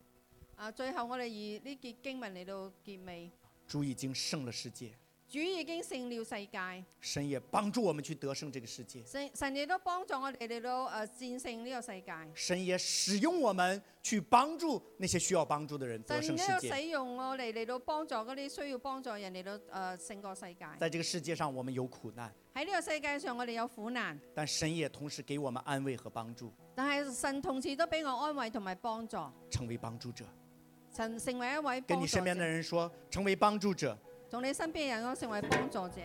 B: 啊，最後我哋以呢節經文嚟到結尾，
C: 主已经胜了世界，
B: 主已經勝了世界。
C: 神也帮助我们去得胜这个世界，
B: 神神亦都幫助我哋嚟到誒戰勝呢個世界。
C: 神也使用我们去帮助那些需要帮助的人得
B: 神
C: 胜
B: 亦
C: 世
B: 都
C: 界。
B: 使用我哋嚟到幫助嗰啲需要幫助嘅人嚟到誒、呃、勝過世界。
C: 在这个世界上，我们有苦难，
B: 喺呢個世界上，我哋有苦難，
C: 但神也同时给我们安慰和帮助，
B: 但係神同時都俾我安慰同埋幫助。
C: 成为帮助者。
B: 神成為一位
C: 跟
B: 幫
C: 你
B: 助
C: 身边的
B: 者，
C: 人说，成为帮助者，
B: 同你身邊嘅人講成為幫助者。